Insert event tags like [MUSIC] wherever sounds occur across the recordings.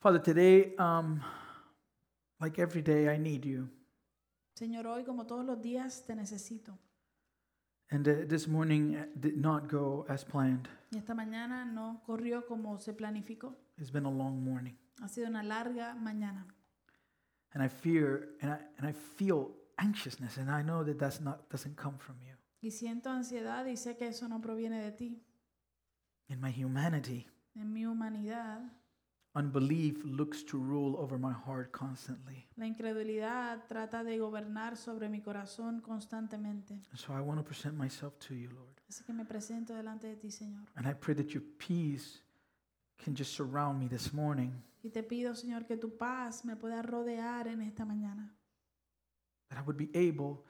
Father, today, um, like every day, I need you. Señor, hoy como todos los días te necesito. And uh, this morning uh, did not go as planned. Y esta mañana no corrió como se planificó. It's been a long morning. Ha sido una larga mañana. And I fear and I, and I feel anxiousness. And I know that that's not, doesn't come from you. Y siento ansiedad y sé que eso no proviene de ti. In my humanity, En mi humanidad, unbelief looks to rule over my heart constantly. la incredulidad trata de gobernar sobre mi corazón constantemente. And so I want to present myself to you, Lord. Así que me presento delante de ti, Señor. And I pray that your peace can just surround me this morning, Y te pido, Señor, que tu paz me pueda rodear en esta mañana. that I would be able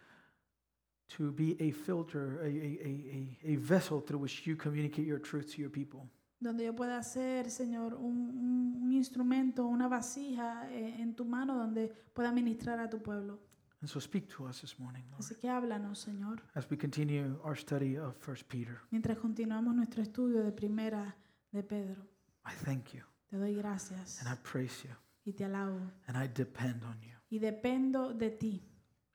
to be a filter, a, a, a, a- a vessel through which you communicate your truth to your people. Donde yo pueda ser, Señor, un, un- un instrumento, una vasija eh, en tu mano donde pueda ministrar a tu pueblo. And so speak to us this morning, Lord, Así que háblanos, Señor. as we continue our study of First Peter. Mientras continuamos nuestro estudio de primera de Pedro, I thank you, te doy gracias and I praise you, y te alabo. and I depend on you. Y dependo de ti.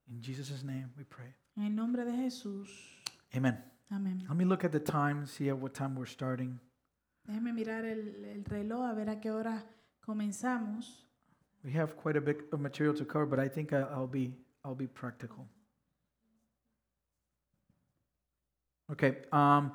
In Jesus' name we pray. En el nombre de Jesús. Amen. Amén. Let me look at the time, see at what time we're starting. Déjeme mirar el, el reloj a ver a qué hora comenzamos. We have quite a bit of material to cover, but I think I- I'll be I'll be practical. Okay. Um,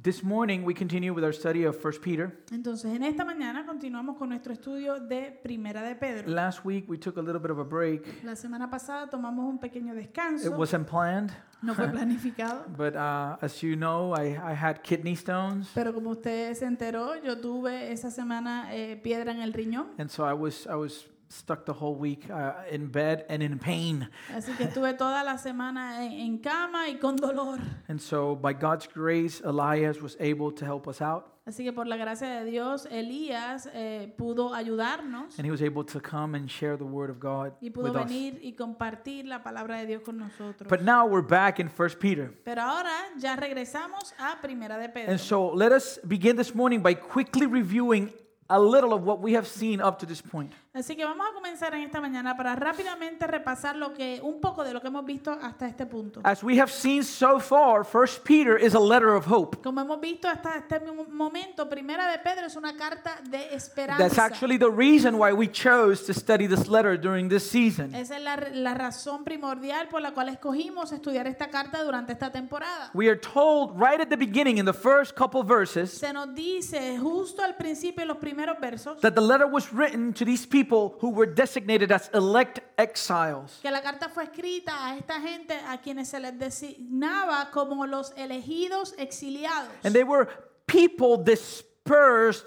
this morning we continue with our study of First Peter. Entonces, en esta mañana continuamos con nuestro estudio de primera de Pedro. Last week we took a little bit of a break. La semana pasada tomamos un pequeño It descanso. wasn't planned, No fue planificado. but uh, as you know, I, I had kidney stones, Pero como usted se enteró, yo tuve esa semana eh, piedra en el riñón. and so I was I was stuck the whole week uh, in bed and in pain. Así que estuve toda la semana en, en cama y con dolor. And so by God's grace, Elias was able to help us out, Así que por la gracia de Dios, Elías eh, pudo ayudarnos and he was able to come and share the word of God y pudo with us. venir y compartir la palabra de Dios con nosotros. But now we're back in 1 Peter. Pero ahora ya regresamos a Primera de Pedro. And so let us begin this morning by quickly reviewing a little of what we have seen up to this point. Así que vamos a comenzar en esta mañana para rápidamente repasar lo que un poco de lo que hemos visto hasta este punto. As we have seen so far, 1 Peter is a letter of hope. Como hemos visto hasta este mo- momento, Primera de Pedro es una carta de esperanza. That's actually the reason why we chose to study this letter during this season. Esa es la, la razón primordial por la cual escogimos estudiar esta carta durante esta temporada. We are told right at the beginning in the first couple verses Se nos dice justo al principio, en los primeros versos, that the letter was written to these people who were designated as elect exiles. que la carta fue escrita a esta gente a quienes se les designaba como los elegidos exiliados. And they were people dispersed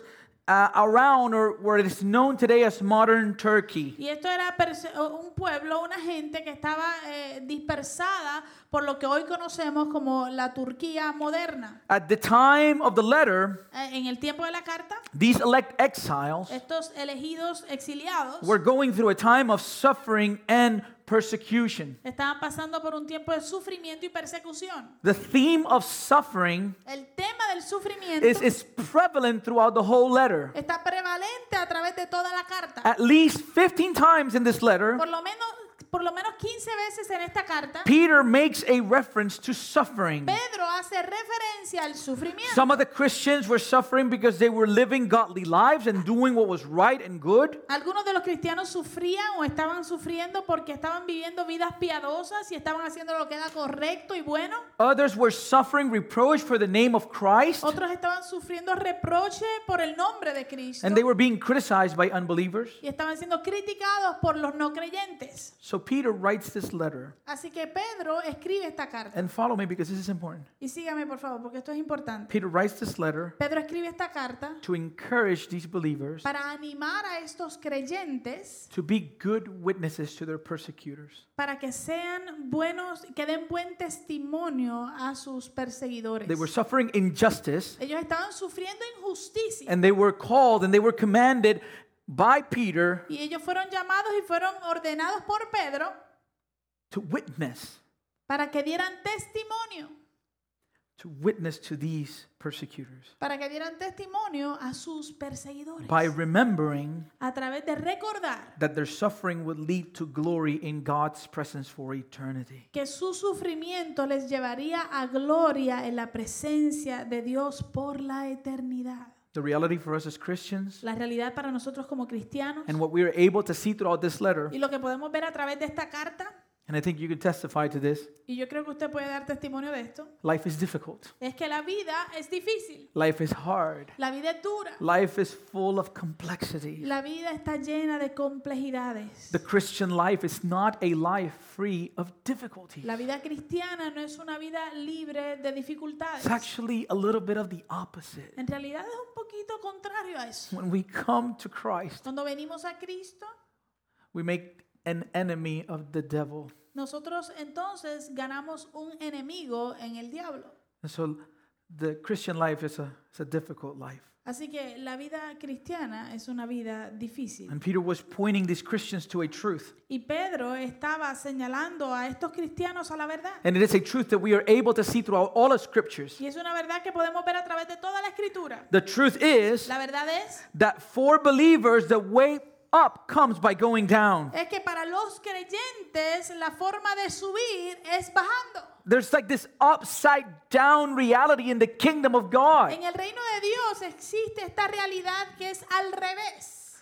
uh, around or where it is known today as modern Turkey. Y esto era perse- o- un pueblo, una gente que estaba eh, dispersada por lo que hoy conocemos como la Turquía moderna. At the time of the letter, Eh, en el tiempo de la carta, these elect exiles estos elegidos exiliados were going through a time of suffering and persecution. estaban pasando por un tiempo de sufrimiento y persecución. The theme of suffering El tema del sufrimiento is, is prevalent throughout the whole letter. está prevalente a través de toda la carta. At least 15 times in this letter, Por lo menos, por lo menos 15 veces en esta carta, Peter makes a reference to suffering. Pedro hace referencia al sufrimiento. Some of the Christians were suffering because they were living godly lives and doing what was right and good. Algunos de los cristianos sufrían o estaban sufriendo porque estaban viviendo vidas piadosas y estaban haciendo lo que era correcto y bueno. Others were suffering reproach for the name of Christ, Otros estaban sufriendo reproche por el nombre de Cristo and they were being criticized by unbelievers. y estaban siendo criticados por los no creyentes. So Peter writes this letter. Así que Pedro escribe esta carta. And follow me because this is important. Y sígame por favor, porque esto es importante. Peter writes this letter Pedro escribe esta carta to encourage these believers para animar a estos creyentes to be good witnesses to their persecutors. para que sean buenos, que den buen testimonio a sus perseguidores. They were suffering injustice, Ellos estaban sufriendo injusticia and they were called and they were commanded by Peter y ellos fueron llamados y fueron ordenados por Pedro to witness, para que dieran testimonio, to witness to these persecutors para que dieran testimonio a sus perseguidores by remembering a través de recordar that their suffering would lead to glory in God's presence for eternity. que su sufrimiento les llevaría a gloria en la presencia de Dios por la eternidad. The reality for us as Christians La realidad para nosotros como cristianos and what we are able to see throughout this letter, y lo que podemos ver a través de esta carta, and I think you can testify to this, y yo creo que usted puede dar testimonio de esto, life is difficult. es que la vida es difícil, Life is hard. la vida es dura, Life is full of complexity. la vida está llena de complejidades. The Christian life is not a life free of difficulty. La vida cristiana no es una vida libre de dificultades. It's actually a little bit of the opposite. En realidad es un poquito contrario a eso. When we come to Christ, Cuando venimos a Cristo, we make an enemy of the devil. nosotros entonces ganamos un enemigo en el diablo. And so the Christian life is a, is a difficult life. Así que la vida cristiana es una vida difícil. And Peter was pointing these Christians to a truth. Y Pedro estaba señalando a estos cristianos a la verdad. And it is a truth that we are able to see throughout all of scriptures. Y es una verdad que podemos ver a través de toda la escritura. The truth is La verdad es, that for believers, the way up comes by going down. es que para los creyentes la forma de subir es bajando. There's like this upside down reality in the kingdom of God. En el reino de Dios existe esta realidad que es al revés.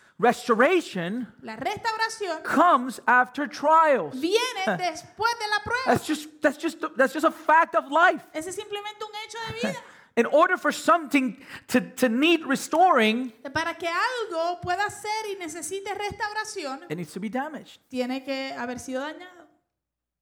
Restoration La restauración comes after trials. viene después de la prueba. That's just that's just that's just a fact of life. Ese es simplemente un hecho de vida. In order for something to, to need restoring, Para que algo pueda ser y necesite restauración, it needs to be damaged. tiene que haber sido dañado.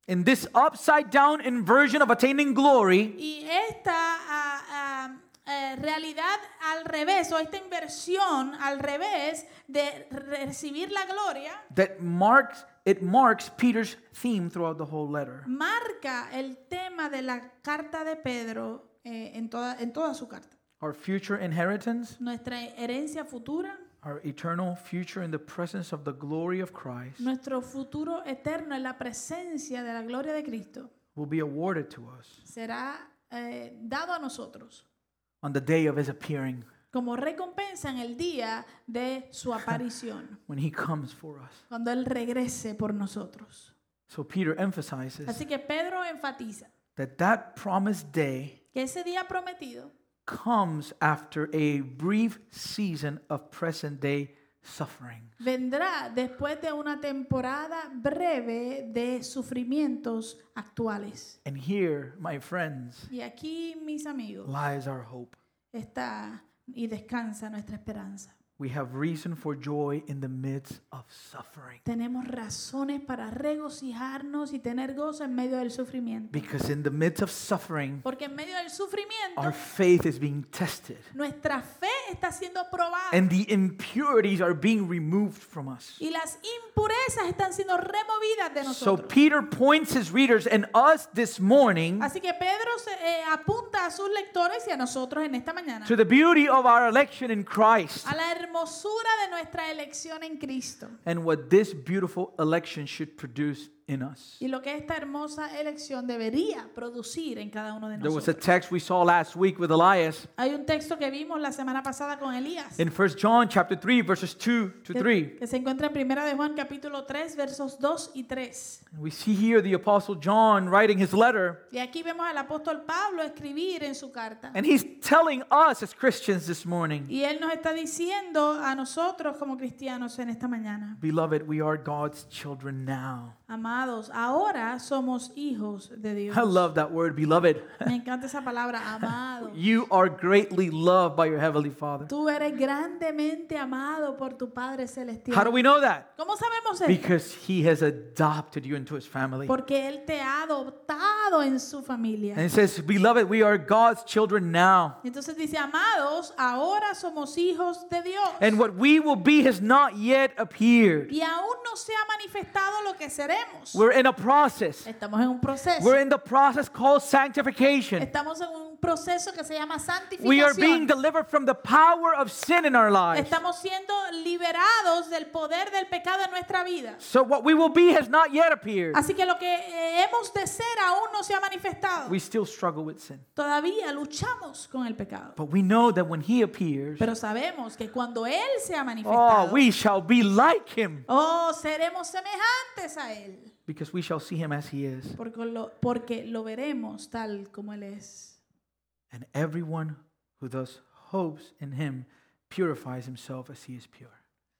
In this upside down inversion of attaining glory, Y esta ah, ah, eh, realidad al revés, o esta inversión al revés de re- recibir la gloria, that marks it marks Peter's theme throughout the whole letter. marca el tema de la carta de Pedro eh, en, toda, en toda su carta. Our future inheritance, Nuestra herencia futura, our eternal future in the presence of the glory of Christ, nuestro futuro eterno en la presencia de la gloria de Cristo, will be awarded to us será eh, dado a nosotros on the day of his appearing como recompensa en el día de su aparición, when he comes for us. cuando Él regrese por nosotros. So Peter emphasizes Así que Pedro enfatiza that that promised day que ese día prometido comes after a brief season of present day suffering. vendrá después de una temporada breve de sufrimientos actuales. And here, my friends, Y aquí, mis amigos, lies our hope. está y descansa nuestra esperanza. We have reason for joy in the midst of suffering. Tenemos razones para regocijarnos y tener gozo en medio del sufrimiento. Because in the midst of suffering, Porque en medio del sufrimiento our faith is being tested nuestra fe está siendo probada and the impurities are being removed from us. y las impurezas están siendo removidas de So nosotros. Peter points his readers and us this morning Así que Pedro se, eh, apunta a sus lectores y a nosotros en esta mañana to the beauty of our election in Christ a la hermosura de nuestra elección en Cristo and what this beautiful election should produce in us. y lo que esta hermosa elección debería producir en cada uno de There was a nosotros. text we saw last week with Elias Hay un texto que vimos la semana pasada con Elías. in 1 John chapter 3 verses 2 to 3. que, que se encuentra en Primera de Juan capítulo 3 versos 2 y 3. We see here the apostle John writing his letter Y aquí vemos al apóstol Pablo escribir en su carta. and he's telling us as Christians this morning, Y él nos está diciendo a nosotros como cristianos en esta mañana, beloved, we are God's children now. amados, ahora somos hijos de Dios. I love that word beloved. Me encanta esa [LAUGHS] palabra, amado. You are greatly loved by your heavenly Father. Tú eres grandemente amado por tu Padre How do celestial. we know that? ¿Cómo sabemos esto? Because he has adopted you into his family. Porque él te ha adoptado en su And familia. it says, Beloved, we are God's children now. Entonces dice, amados, ahora somos hijos de Dios. And what we will be has not yet appeared. y aún no se ha manifestado lo que seremos. We're in a process. Estamos en un proceso. We're in the process called sanctification. Estamos en un proceso que se llama We are being santificación. delivered from the power of sin in our lives. Estamos siendo liberados del poder del pecado en nuestra vida. So what we will be has not yet appeared. Así que lo que eh, hemos de ser aún no se ha manifestado. We still struggle with sin. Todavía luchamos con el pecado. But we know that when he appears, Pero sabemos que cuando Él se ha oh, manifestado, we shall be like him oh, seremos semejantes a Él. because we shall see him as he is. Porque lo, porque lo veremos tal como Él es. And everyone who thus hopes in him purifies himself as he is pure.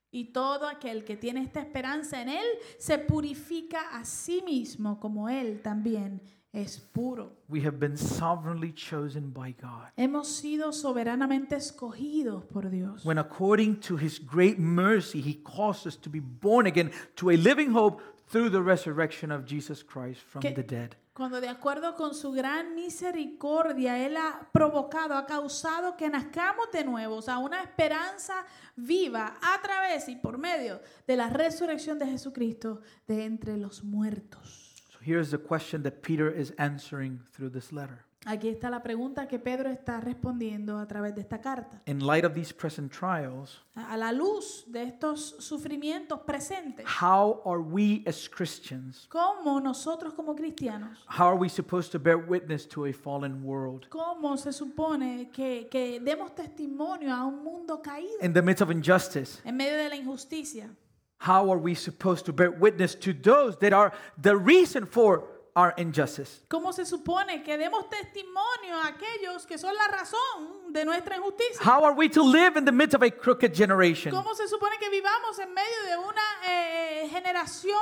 Y todo aquel que tiene esta esperanza en Él se purifica a sí mismo como Él también es puro. We have been sovereignly chosen by God. Hemos sido soberanamente escogidos por Dios. When according to his great mercy, he caused us to be born again to a living hope through the resurrection of Jesus Christ from Que- the dead. Cuando de acuerdo con su gran misericordia Él ha provocado, ha causado que nazcamos de nuevo a una esperanza viva a través y por medio de la resurrección de Jesucristo de entre los muertos. So here's the question that Peter is answering through this letter. Aquí está la pregunta que Pedro está respondiendo a través de esta carta. In light of these present trials, A a la luz de estos sufrimientos presentes, how are we as Christians? ¿cómo nosotros como cristianos, How are we supposed to bear witness to a fallen world? cómo se supone que, que demos testimonio a un mundo caído In the midst of injustice, en medio de la injusticia? how are we supposed to bear witness to those that are the reason for our injustice? ¿Cómo se supone que demos testimonio a aquellos que son la razón de nuestra injusticia? How are we to live in the midst of a crooked generation? ¿Cómo se supone que vivamos en medio de una eh, generación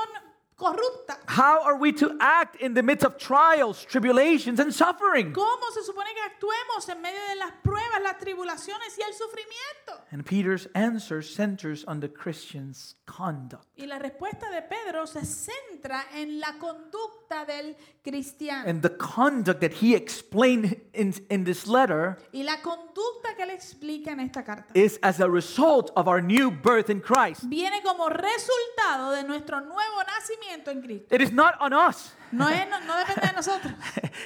corrupta? How are we to act in the midst of trials, tribulations, and suffering? ¿Cómo se supone que actuemos en medio de las pruebas, las tribulaciones y el sufrimiento? And Peter's answer centers on the Christian's conduct. Y la respuesta de Pedro se centra en la conducta del cristiano. And the conduct that he explained in, in this letter Y la conducta que él explica en esta carta is as a result of our new birth in Christ. viene como resultado de nuestro nuevo nacimiento en Cristo. It is not on us, [LAUGHS] No, es, no, no depende de nosotros.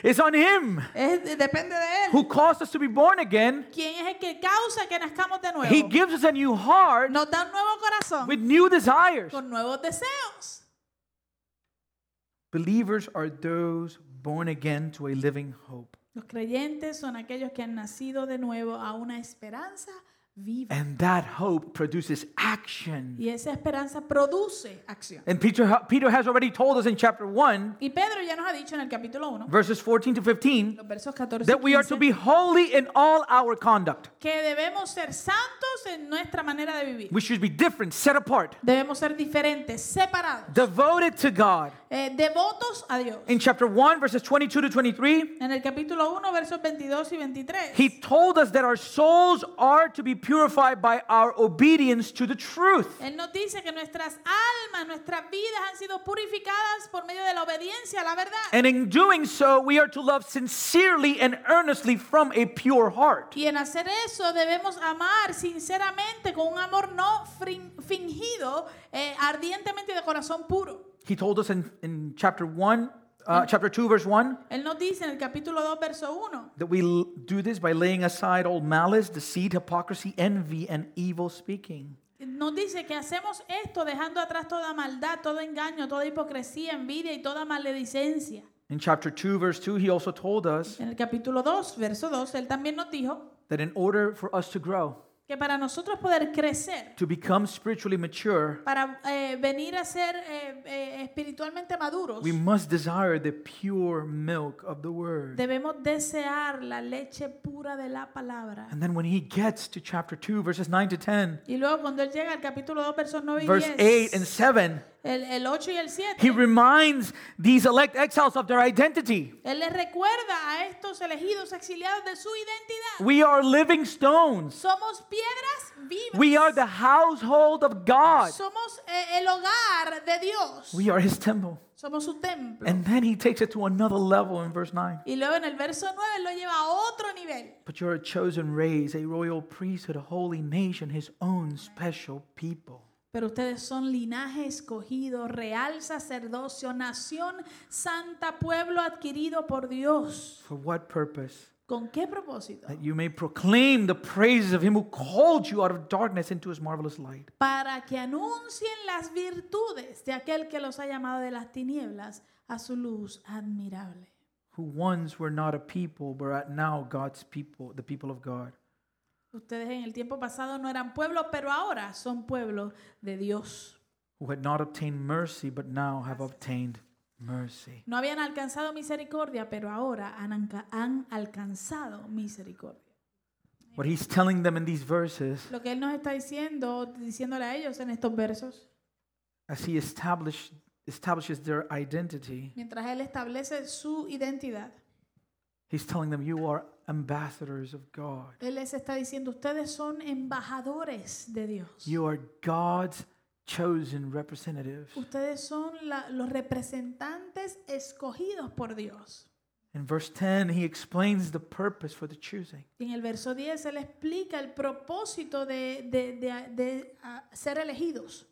it's on him Es- de- depende de él. who caused us to be born again. ¿Quién es el que causa que nazcamos de He nuevo? gives us a new heart Nos da un nuevo corazón with new desires. con nuevos deseos. Believers are those born again to a living hope. Los creyentes son aquellos que han nacido de nuevo a una esperanza viva. And that hope produces action. Y esa esperanza produce acción. And Peter, Peter has already told us in chapter 1, Y Pedro ya nos ha dicho en el capítulo 1, verses 14 to 15, los versos 14 y that we are to 15, be holy in all our conduct. que debemos ser santos en nuestra manera de vivir. We should be different, set apart, Debemos ser diferentes, separados, devoted to God. eh, devotos a Dios. In chapter 1, verses 22 to 23, En el capítulo 1, versos 22 y 23. he told us that our souls are to be purified by our obedience to the truth. Él nos dice que nuestras almas, nuestras vidas han sido purificadas por medio de la obediencia a la verdad. And in doing so, we are to love sincerely and earnestly from a pure heart. Y en hacer eso debemos amar sinceramente, con un amor no frin- fingido, eh, ardientemente y de corazón puro. He told us in, in chapter 1, uh, chapter 2, verse 1, Él nos dice en el capítulo 2, verso 1, that we l- do this by laying aside all malice, deceit, hypocrisy, envy, and evil speaking. nos dice que hacemos esto dejando atrás toda maldad, todo engaño, toda hipocresía, envidia y toda maledicencia. In chapter 2, verse 2, he also told us En el capítulo 2, verso 2, él también nos dijo that in order for us to grow, que para nosotros poder crecer, to become spiritually mature, para eh, venir a ser eh, eh, espiritualmente maduros, we must desire the pure milk of the word. debemos desear la leche pura de la palabra. And then when he gets to chapter 2, verses 9 to 10, Y luego cuando él llega al capítulo 2, versos 9 y verse 8 and 10, 7, el, el 8 y el 7, he reminds these elect exiles of their identity. él les recuerda a estos elegidos exiliados de su identidad. We are living stones. Somos piedras vivas. We are the household of God. Somos eh, el hogar de Dios. We are his temple. Somos su templo. And then he takes it to another level in verse 9. y luego en el verso 9 él lo lleva a otro nivel. But you're a chosen race, a royal priesthood, a holy nation, his own special people. Pero ustedes son linaje escogido, real sacerdocio, nación santa, pueblo adquirido por Dios. For what purpose? ¿Con qué propósito? that you may proclaim the praises of him who called you out of darkness into his marvelous light. Para que anuncien las virtudes de aquel que los ha llamado de las tinieblas a su luz admirable. Who once were not a people, but are now God's people, the people of God. Ustedes en el tiempo pasado no eran pueblo, pero ahora son pueblo de Dios. Who had not obtained mercy, but now have obtained mercy. No habían alcanzado misericordia, pero ahora han, anca- han alcanzado misericordia. What he's telling them in these verses, Lo que él nos está diciendo, diciéndole a ellos en estos versos, as he establish, establishes their identity, mientras él establece su identidad, he's telling them, You are ambassadors of God. él les está diciendo, ustedes son embajadores de Dios. You are God's chosen representatives. Ustedes son la- los representantes escogidos por Dios. In verse 10, he explains the purpose for the choosing. Y en el verso 10 él explica el propósito de, de- de- de, ah, ser elegidos.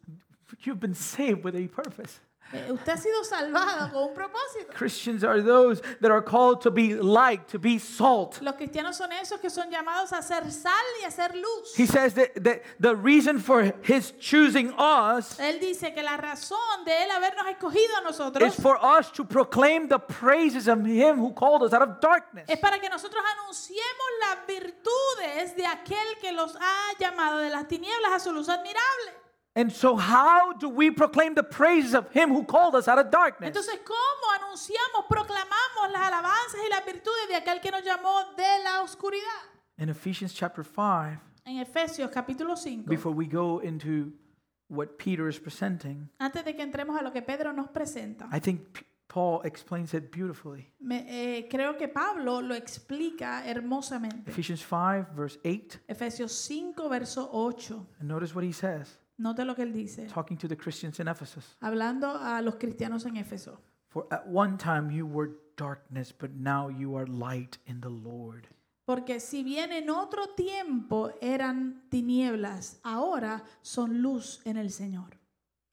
You've been saved with a purpose. Eh, Usted ha sido salvado con un propósito. Christians are those that are called to be light, to be salt. Los cristianos son esos que son llamados a ser sal y a ser luz. He says that, that the reason for his choosing us Él dice que la razón de él habernos escogido a is nosotros for us to proclaim the praises of him who called us out of darkness es para que nosotros anunciemos las virtudes de aquel que los ha llamado de las tinieblas a su luz admirable. and so how do we proclaim the praises of him who called us out of darkness Entonces, ¿cómo anunciamos, proclamamos las alabanzas y las virtudes de aquel que nos llamó de la oscuridad? in ephesians chapter 5 En Efesios capítulo 5, before we go into what peter is presenting antes de que entremos a lo que Pedro nos presenta, i think P- paul explains it beautifully me- eh, creo que Pablo lo explica hermosamente. ephesians 5 verse 8 Efesios 5, verso 8. and notice what he says Note lo que él dice, talking to the christians in ephesus hablando a los cristianos en Éfeso. For at one time you were darkness, but now you are light in the Lord. Porque si bien en otro tiempo eran tinieblas, ahora son luz en el Señor.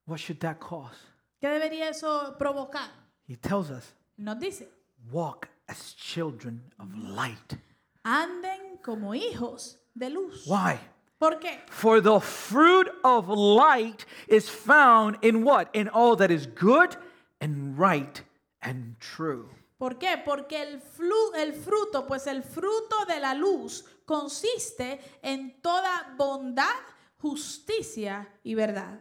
What should that cause? ¿Qué debería eso provocar? He tells us, Nos dice, walk as children of light. anden como hijos de luz. Why? ¿Por qué? For the fruit of light is found in what? In all that is good and right and true. ¿Por qué? Porque el, flu- el fruto, pues el fruto de la luz consiste en toda bondad, justicia y verdad.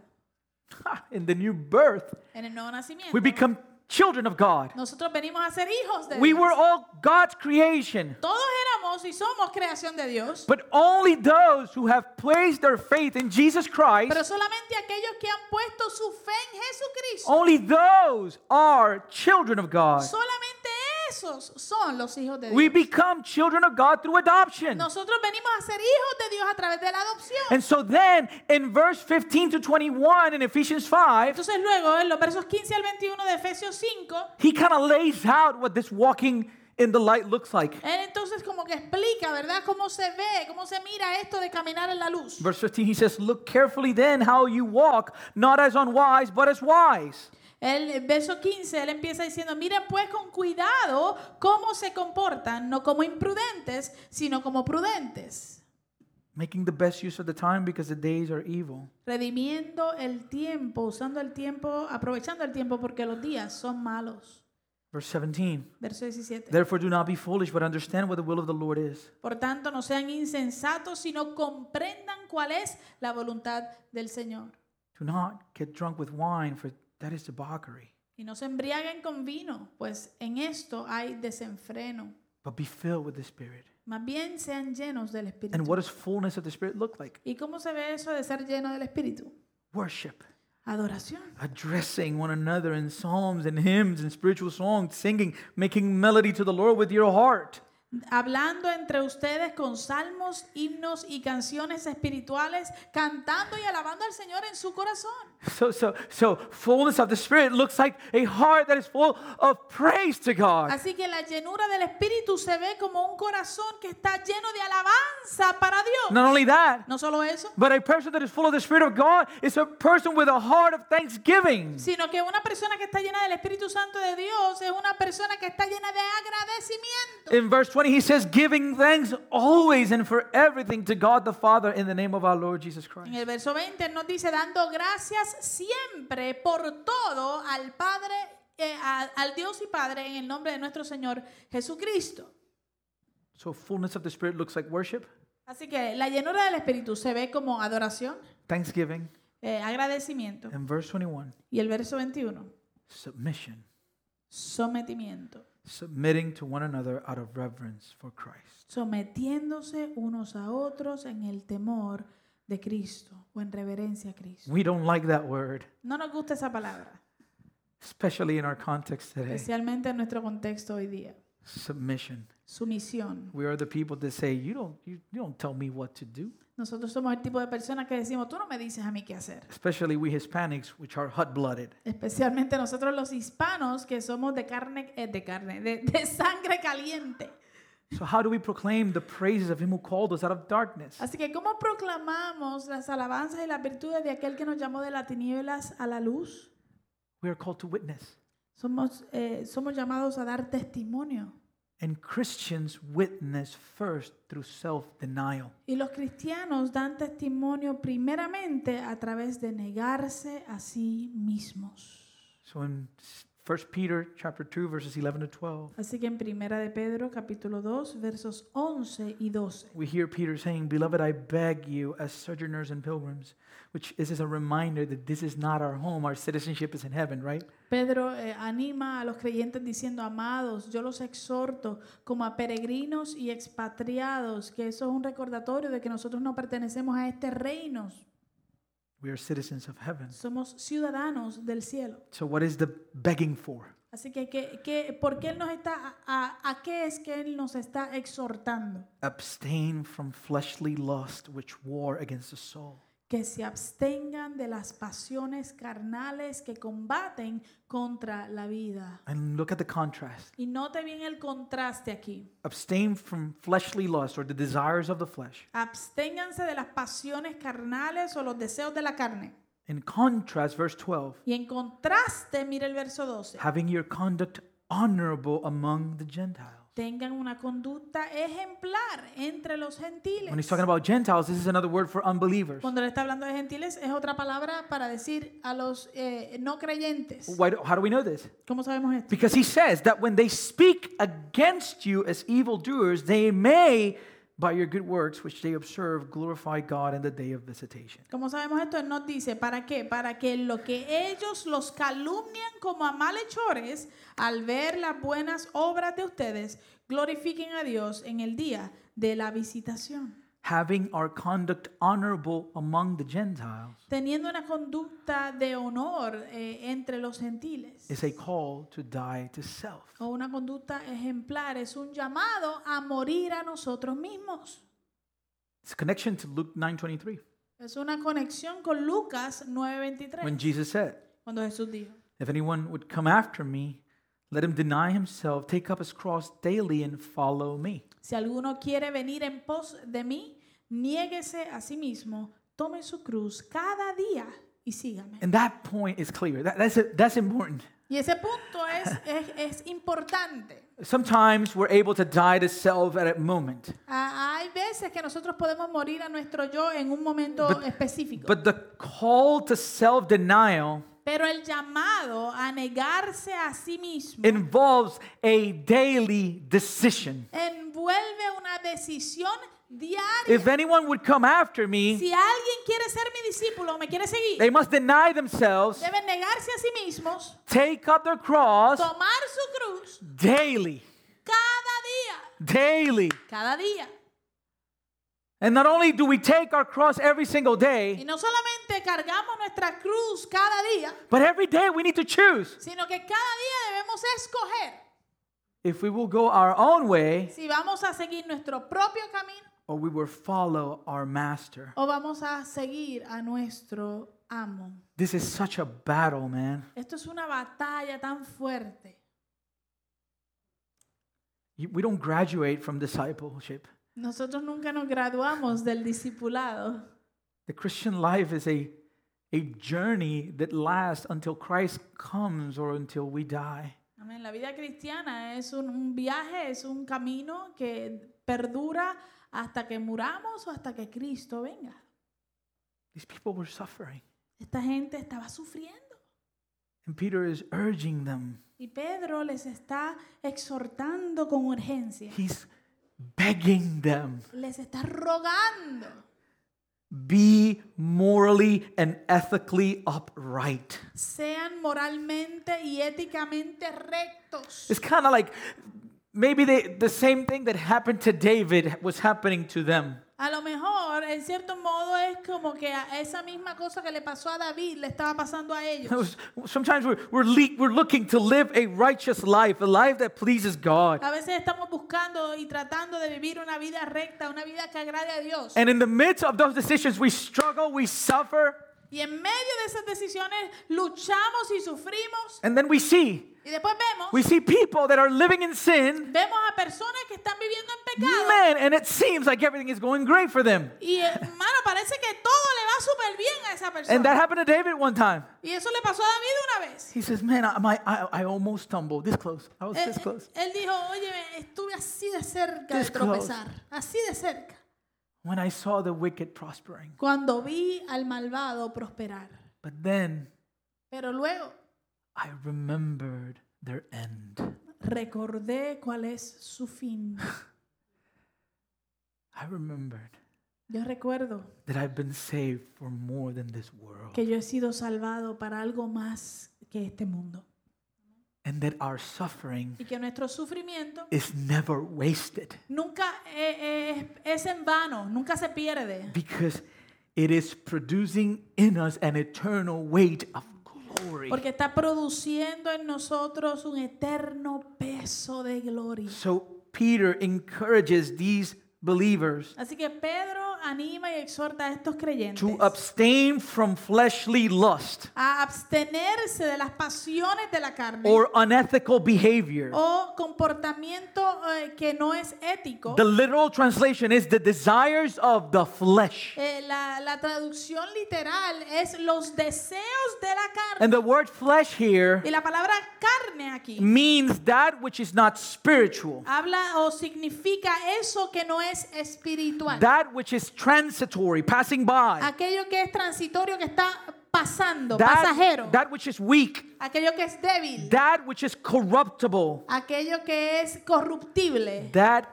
Ha, In the new birth, En el nuevo we nacimiento, become children of God. nosotros venimos a ser hijos de We Dios. were all God's creation. Todos éramos y somos creación de Dios. But only those who have placed their faith in Jesus Christ Pero solamente aquellos que han puesto su fe en Jesucristo, Only those are children of God. solamente esos son los hijos de We Dios. become children of God through adoption. Nosotros venimos a ser hijos de Dios a través de la adopción. And so then in verse 15 to 21 in Ephesians 5, Entonces luego en los versos 15 al 21 de Efesios 5, he kind of lays out what this walking in the light looks like. él entonces como que explica, ¿verdad? Cómo se ve, cómo se mira esto de caminar en la luz. Verse 15, he says, Look carefully then how you walk, not as unwise, but as wise. El verso 15, él empieza diciendo, miren pues con cuidado cómo se comportan, no como imprudentes, sino como prudentes, Making the best use of the time because the days are evil. redimiendo el tiempo, usando el tiempo, aprovechando el tiempo porque los días son malos. Verse 17, Verso 17. Therefore do not be foolish, but understand what the will of the Lord is. Por tanto, no sean insensatos, sino comprendan cuál es la voluntad del Señor. Do not get drunk with wine, for that is debauchery. Y no se embriaguen con vino, pues en esto hay desenfreno. but be filled with the Spirit. Más bien sean llenos del And Espíritu. what does fullness of the Spirit look like? ¿Y cómo se ve eso de ser lleno del Espíritu? Worship, Adoración. addressing one another in psalms and hymns and spiritual songs, singing, making melody to the Lord with your heart. Hablando entre ustedes con salmos, himnos y canciones espirituales, cantando y alabando al Señor en su corazón. So, so, so, fullness of the Spirit looks like a heart that is full of praise to God. Así que la llenura del Espíritu se ve como un corazón que está lleno de alabanza para Dios. Not only that, No solo eso, but a person that is full of the Spirit of God is a person with a heart of thanksgiving. sino que una persona que está llena del Espíritu Santo de Dios es una persona que está llena de agradecimiento. In verse 20, he says, giving thanks always and for everything to God the Father in the name of our Lord Jesus En Christ. el verso 20 nos dice, dando gracias siempre por todo al Padre, eh, a- al Dios y Padre en el nombre de nuestro Señor Jesucristo. So, fullness of the Spirit looks like worship, Así que la llenura del Espíritu se ve como adoración, thanksgiving, eh, agradecimiento. and verse 21, Y el verso 21, submission, sometimiento, submitting to one another out of reverence for Christ. sometiéndose unos a otros en el temor de Cristo o en reverencia a Cristo. We don't like that word, No nos gusta esa palabra, especially in our context today. especialmente en nuestro contexto hoy día. Submission. Sumisión. We are the people that say, you don't, you, you don't tell me what to do. Nosotros somos el tipo de personas que decimos, tú no me dices a mí qué hacer. Especially we Hispanics, which are hot blooded. Especialmente nosotros los hispanos que somos de carne, eh, de carne, de, de sangre caliente. So, how do we proclaim the praises of Him who called us out of darkness? Así que, ¿cómo proclamamos las alabanzas y las virtudes de aquel que nos llamó de las tinieblas a la luz? We are called to witness. Somos, eh, somos llamados a dar testimonio. And Christians witness first through self denial. Y los cristianos dan testimonio primeramente a través de negarse a sí mismos. So in 1 Peter chapter 2 verses 11 to 12, Así que en Primera de Pedro, capítulo 2, versos 11 y 12. we hear Peter saying, "Beloved, I beg you as sojourners and pilgrims," which is, is a reminder that this is not our home. Our citizenship is in heaven, right? Pedro eh, anima a los creyentes diciendo, amados, yo los exhorto como a peregrinos y expatriados, que eso es un recordatorio de que nosotros no pertenecemos a este reino, We are citizens of heaven. somos ciudadanos del cielo. So what is the begging for? Así que, ¿qué- qué- por qué Él nos está, a, a- a qué es que Él nos está exhortando? Abstain from fleshly lust which war against the soul. Que se abstengan de las pasiones carnales que combaten contra la vida. And look at the contrast. Y note bien el contraste aquí. Abstain from fleshly lust or the desires of the flesh. Absténganse de las pasiones carnales o los deseos de la carne. In contrast, verse 12, Y en contraste, mire el verso 12. having your conduct honorable among the Gentiles. Tengan una conducta ejemplar entre los When he's gentiles. talking about Gentiles, this is another word for unbelievers. Cuando le está hablando de gentiles, es otra palabra para decir a los eh, no creyentes. Why do, how do we know this? ¿Cómo sabemos esto? Because he says that when they speak against you as evildoers, they may, by your good works which they observe, glorify God in the day of visitation. ¿Cómo sabemos esto? Él nos dice, ¿para qué? Para que lo que ellos los calumnian como a malhechores, al ver las buenas obras de ustedes, glorifiquen a Dios en el día de la visitación. Having our conduct honorable among the Gentiles teniendo una conducta de honor eh, entre los gentiles is a call to die to self. o una conducta ejemplar es un llamado a morir a nosotros mismos. It's a connection to Luke 9:23 Es una conexión con Lucas 9:23, when Jesus said, cuando Jesús dijo, If anyone would come after me, let him deny himself, take up his cross daily, and follow me. si alguno quiere venir en pos de mí, niéguese a sí mismo, tome su cruz cada día y sígame. And that point is clear. That, that's, that's important. Y ese punto [LAUGHS] es, es, es importante. Sometimes we're able to die to self at a moment, Ah, Hay veces que nosotros podemos morir a nuestro yo en un momento But- específico. but the call to self denial Pero el llamado a negarse a sí mismo involves a daily decision. envuelve una decisión diaria. If anyone would come after me, Si alguien quiere ser mi discípulo o me quiere seguir, they must deny themselves, deben negarse a sí mismos, take up their cross tomar su cruz daily, cada día, daily. cada día. And not only do we take our cross every single Y day, no solamente cargamos nuestra cruz cada día, but every day we need to choose. sino que cada día debemos escoger if we will go our own way si vamos a seguir nuestro propio camino or we will follow our master. o vamos a seguir a nuestro amo. This is such a battle, man. Esto es una batalla tan fuerte. You- We don't graduate from discipleship. Nosotros nunca nos graduamos del discipulado. The Christian life is a, a journey that lasts until Christ comes or until we die. Amén. La vida cristiana es un, un viaje, es un camino que perdura hasta que muramos o hasta que Cristo venga. These people were suffering. Esta gente estaba sufriendo And Peter is urging them. y Pedro les está exhortando con urgencia. He's begging them. Les está rogando. Be morally and ethically upright. Sean moralmente y éticamente rectos. It's kind of like maybe they, the same thing that happened to David was happening to them. A lo mejor, en cierto modo, es como que a esa misma cosa que le pasó a David le estaba pasando a ellos. It was- Sometimes we're, we're, le- we're looking to live a righteous life, a life that pleases God. A veces estamos buscando y tratando de vivir una vida recta, una vida que agrade a Dios. And in the midst of those decisions, we struggle, we suffer, Y en medio de esas decisiones luchamos y sufrimos. and then we see. Y después vemos, We see people that are living in sin, vemos a personas que están viviendo en pecado. man, and it seems like everything is going great for them. Y hermano, parece que todo le va súper bien a esa And that persona. happened to David one time. Y eso le pasó a David una vez. He says, Man, I, my, I, I almost stumbled. This close. I was Él, this close. él dijo, oye, estuve así de cerca de This close. tropezar, así de cerca. When I saw the wicked prospering. Cuando vi al malvado prosperar. But then Pero luego I remembered their end. recordé cuál es su fin. I remembered Yo recuerdo that I've been saved for more than this world. que yo he sido salvado para algo más que este mundo. And that our suffering Y que nuestro sufrimiento is never wasted nunca eh, eh, es en vano, nunca se pierde. because it is producing in us an eternal weight of glory. Porque está produciendo en nosotros un eterno peso de gloria. So Peter encourages these believers Así que Pedro anima y exhorta a estos creyentes to abstain from fleshly lust a abstenerse de las pasiones de la carne or unethical behavior. o comportamiento eh, que no es ético. The literal translation is the desires of the flesh. Eh, la, la traducción literal es los deseos de la carne. And the word flesh here Y la palabra carne Mm. aquí means that which is not Ah, spiritual, habla o significa eso que no es espiritual. that which is transitory, passing by, aquello que es transitorio, que está pasando, that, pasajero, that which is weak, aquello que es débil, that which is corruptible, aquello que es corruptible, that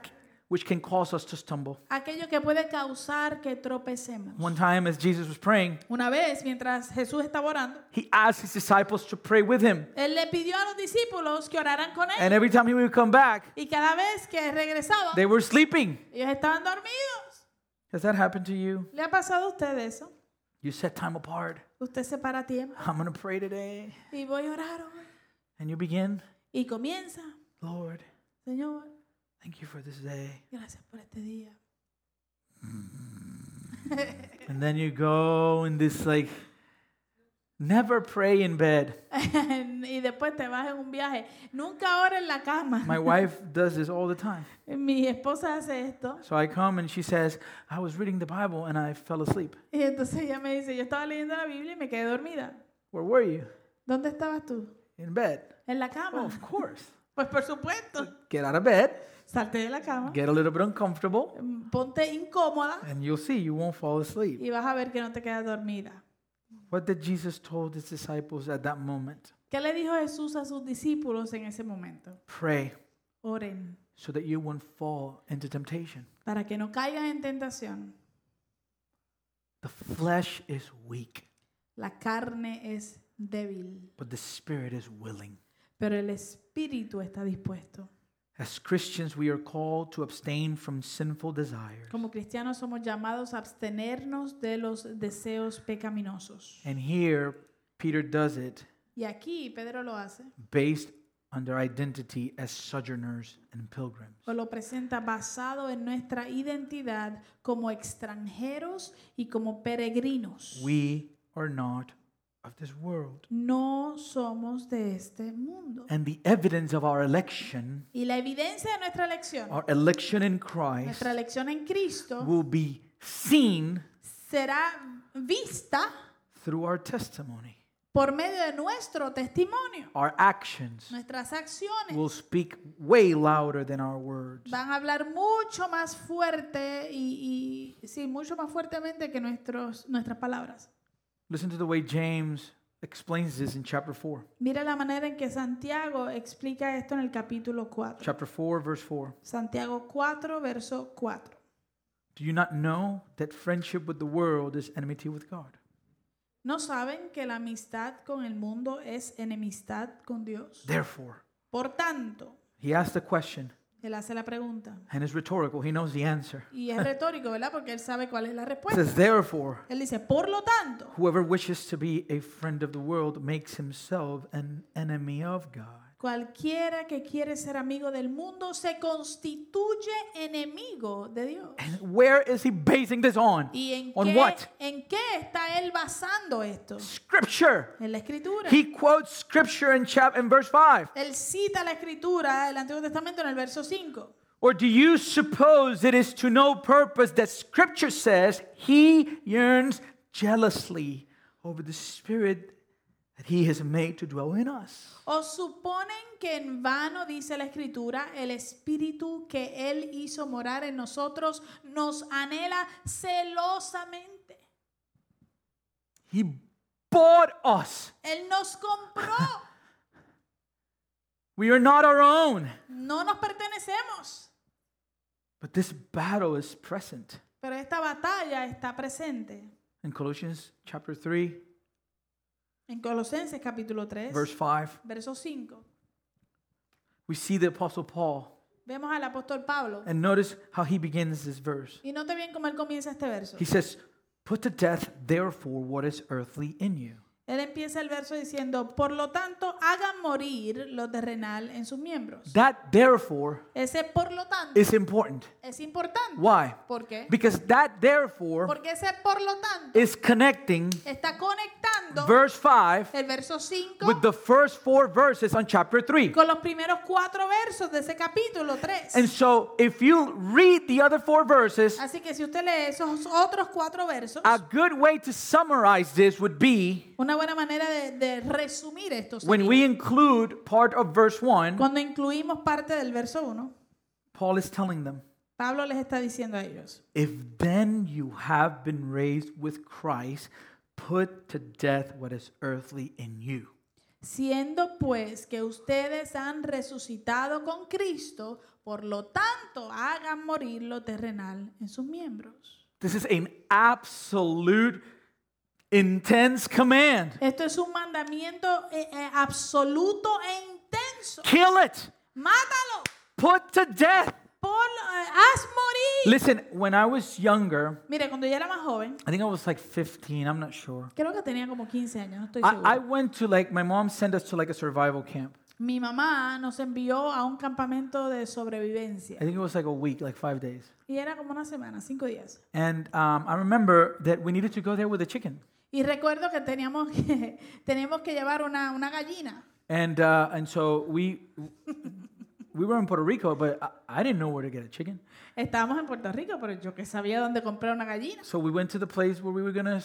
which can cause us to stumble. aquello que puede causar que tropecemos. One time, as Jesus was praying, Una vez, mientras Jesús estaba orando, he asked his disciples to pray with him. él le pidió a los discípulos que oraran con él. And every time he would come back, Y cada vez que regresaban, they were sleeping. ellos estaban dormidos. Has that happened to you? ¿Le ha pasado a usted eso? You set time apart. Usted se para a tiempo I'm going to pray today. y voy a orar hoy. And you begin, Y comienza, Lord, Señor, thank you for this day. gracias por este día. [LAUGHS] And then you go in this like never pray in bed. y después te vas en un viaje. Nunca ora en la cama. My wife does this all the time. Mi esposa hace esto. So I come and she says, I was reading the Bible and I fell asleep. Y entonces ella me dice, yo estaba leyendo la Biblia y me quedé dormida. Where were you? ¿Dónde estabas tú? In bed. En la Oh, cama. of course. Pues por supuesto. Get out of bed, Salte de la cama. get a little bit uncomfortable, mm, Ponte incómoda and you'll see you won't fall asleep. y vas a ver que no te quedas dormida. What did Jesus told his disciples at that moment? ¿Qué le dijo Jesús a sus discípulos en ese momento? Pray Oren so that you won't fall into temptation. para que no caigan en tentación. The flesh is weak, La carne es débil, but the spirit is willing. pero el espíritu está dispuesto. As Christians, we are called to abstain from sinful desires. Como cristianos somos llamados a abstenernos de los deseos pecaminosos. And here, Peter does it Y aquí Pedro lo hace, based on their identity as sojourners and pilgrims. o lo presenta basado en nuestra identidad como extranjeros y como peregrinos. We are not of this world. No somos de este mundo. And the evidence of our election, Y la evidencia de nuestra elección, our election in Christ, nuestra elección en Cristo, will be seen será vista through our testimony. por medio de nuestro testimonio. Our actions Nuestras acciones will speak way louder than our words. van a hablar mucho más fuerte y, y- sí, mucho más fuertemente que nuestros, nuestras palabras. Listen to the way James explains this in chapter 4. Mira la manera en que Santiago explica esto en el capítulo 4. Chapter 4, verse 4. Santiago 4, verso 4. Do you not know that friendship with the world is enmity with God? ¿No saben que la amistad con el mundo es enemistad con Dios? Therefore, Por tanto, he asked the question él hace la pregunta. and it's rhetorical. He knows the answer. [LAUGHS] Y es retórico, ¿verdad? Porque él sabe cuál es la It respuesta. says, Therefore, Él dice, por lo tanto, whoever wishes to be a friend of the world makes himself an enemy of God. cualquiera que quiere ser amigo del mundo se constituye enemigo de Dios. And where is he basing this on? ¿Y en On qué, what? en qué está él basando esto? Scripture. En la escritura. He quotes scripture in chap in verse 5. Él cita la escritura del Antiguo Testamento en el verso 5. Or do you suppose it is to no purpose that Scripture says he yearns jealously over the Spirit that he has made to dwell in us? ¿O suponen que en vano, dice la Escritura, el Espíritu que Él hizo morar en nosotros nos anhela celosamente? He bought us. Él nos compró, We are not our own. no nos pertenecemos, But this battle is present. pero esta batalla está presente. In Colossians chapter 3, En Colosenses capítulo 3, verse 5, verso 5, we see the Apostle Paul. vemos al apóstol Pablo. And notice how he begins this verse. Y note bien cómo él comienza este verso. He says, Put to death, therefore, what is earthly in you. Él empieza el verso diciendo, por lo tanto, hagan morir lo terrenal en sus miembros. That, therefore, Ese por lo tanto is important. es importante. Why? ¿Por qué? Because that therefore Porque ese por lo tanto is connecting está conectando verse 5 el verso 5 with the first four verses on chapter 3. con los primeros cuatro versos de ese capítulo 3. And so if you read the other four verses, Así que si usted lee esos otros cuatro versos, a good way to summarize this would be una buena manera de, de resumir estos. when we include part of verse 1, Cuando incluimos parte del verso 1, Paul is telling them, Pablo les está diciendo a ellos, if then you have been raised with Christ, put to death what is earthly in you. siendo pues que ustedes han resucitado con Cristo, por lo tanto hagan morir lo terrenal en sus miembros. This is an absolute intense command. Esto es un mandamiento eh, eh, absoluto e intenso. Kill it. Mátalo, put to death. ponlo, eh, haz morir. Listen, when I was younger, Mire, cuando yo era más joven, I think I was like 15, I'm not sure. creo que tenía como 15 años, no estoy I, I seguro. went to like, my mom sent us to like a survival camp. Mi mamá nos envió a un campamento de sobrevivencia I think it was like a week, like five days. y era como una semana, cinco días. And um, I remember that we needed to go there with a chicken. Y recuerdo que teníamos [LAUGHS] que, teníamos que llevar una, una gallina. And, uh, and so we, we were in Puerto Rico, but I, I didn't know where to get a chicken. Estábamos en Puerto Rico, pero yo que sabía dónde comprar una gallina. So we went to the place where we were gonna,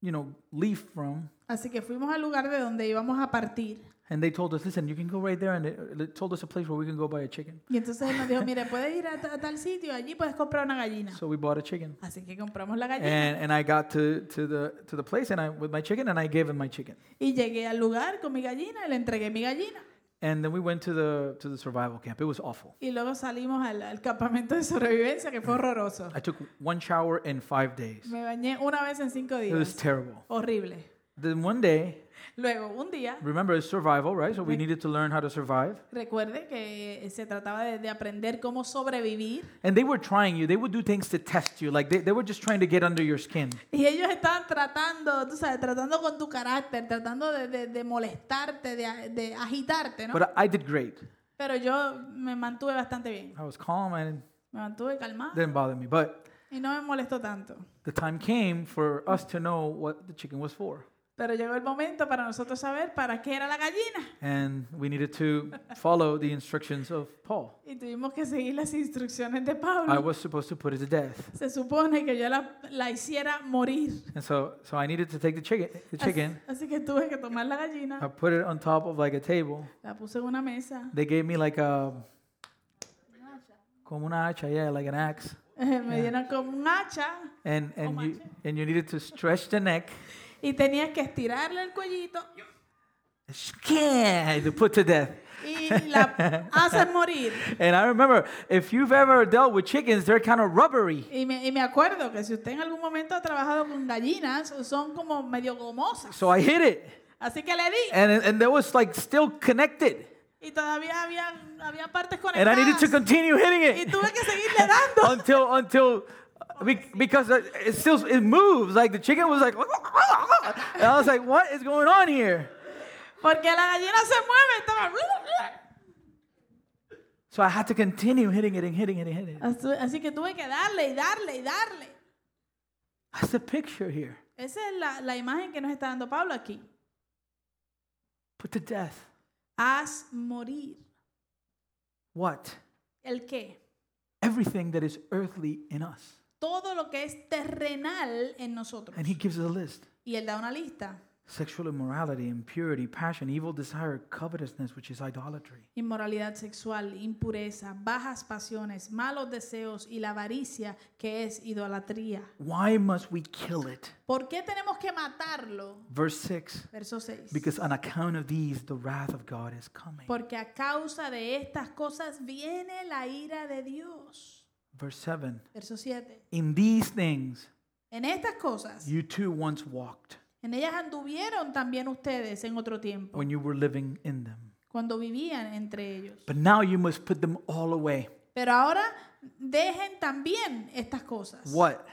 you know, leave from. Así que fuimos al lugar de donde íbamos a partir. And they told us, listen, you can go right there. And they- they told us a place where we can go buy a chicken. Y entonces él nos dijo, mire, puedes ir a, ta- a tal sitio, allí puedes comprar una gallina. So we bought a chicken. Así que compramos la gallina. and and I got to to the to the place and I with my chicken and I gave him my chicken. Y llegué al lugar con mi gallina y le entregué mi gallina. And then we went to the to the survival camp. It was awful. Y luego salimos al, al campamento de sobrevivencia, que fue horroroso. I took one shower in 5 days. Me bañé una vez en cinco It was días. terrible. Horrible. Then one day, Luego, un día, remember it's survival, right? So we needed to learn how to survive. recuerde que eh, se trataba de, de aprender cómo sobrevivir. And they were trying you. They would do things to test you. Like they, they were just trying to get under your skin. Y ellos estaban tratando, tú sabes, tratando con tu carácter, tratando de, de- de molestarte, de, a- de agitarte, ¿no? But I, I did great. Pero yo me mantuve bastante bien. I was calm and Me mantuve it calmada didn't bother me. But y no me molestó tanto. the time came for us to know what the chicken was for. Pero llegó el momento para nosotros saber para qué era la gallina. And we needed to follow the instructions of Paul. Y tuvimos que seguir las instrucciones de I Pablo. was supposed to put it to death. Se supone que yo la, la hiciera morir. And so, so I needed to take the chicken, the chicken. Ah. Así que tuve que tomar la I gallina, put it on top of like a table. la puse en una mesa. [LAUGHS] They gave me like a, como una hacha, yeah, like an axe. Me dieron con un hacha And, and, you, and you needed to stretch the neck, y tenías que estirarle el cuellito scared to put to death. y [LAUGHS] la haces morir. And I remember, if you've ever dealt with chickens, they're kind of rubbery. Y me, y me acuerdo que si usted en algún momento ha trabajado con gallinas, son como medio gomosas. So I hit it, Así que le di and, and there was like still connected. y todavía había, había partes And I needed to conectadas. continue hitting Y it tuve que [LAUGHS] seguirle dando until, until, be- because it it still, it moves. Like the chicken was like, and I was like, what is going on here? porque la gallina se mueve. Estaba... So I had to continue hitting it and hitting it and hitting it. Así, así que tuve que darle y darle y darle. That's the picture here. Esa es la, la imagen que nos está dando Pablo aquí. Put to death. Haz morir. What? ¿El qué? Everything that is earthly in us. Todo lo que es terrenal en nosotros. And he gives us a list. Y él da una lista. sexual immorality, impurity, passion, evil desire, covetousness, which is idolatry. Inmoralidad sexual, impureza, bajas pasiones, malos deseos y la avaricia que es idolatría. Why must we kill it? ¿Por qué tenemos que matarlo? Verse 6 Verso 6. Because on account of these, the wrath of God is coming. Porque a causa de estas cosas viene la ira de Dios. Verse 7 Verso 7. In these things, En estas cosas, you too once walked en ellas anduvieron también ustedes en otro tiempo, when you were living in them. cuando vivían entre ellos. But now you must put them all away. Pero ahora dejen también estas cosas. What?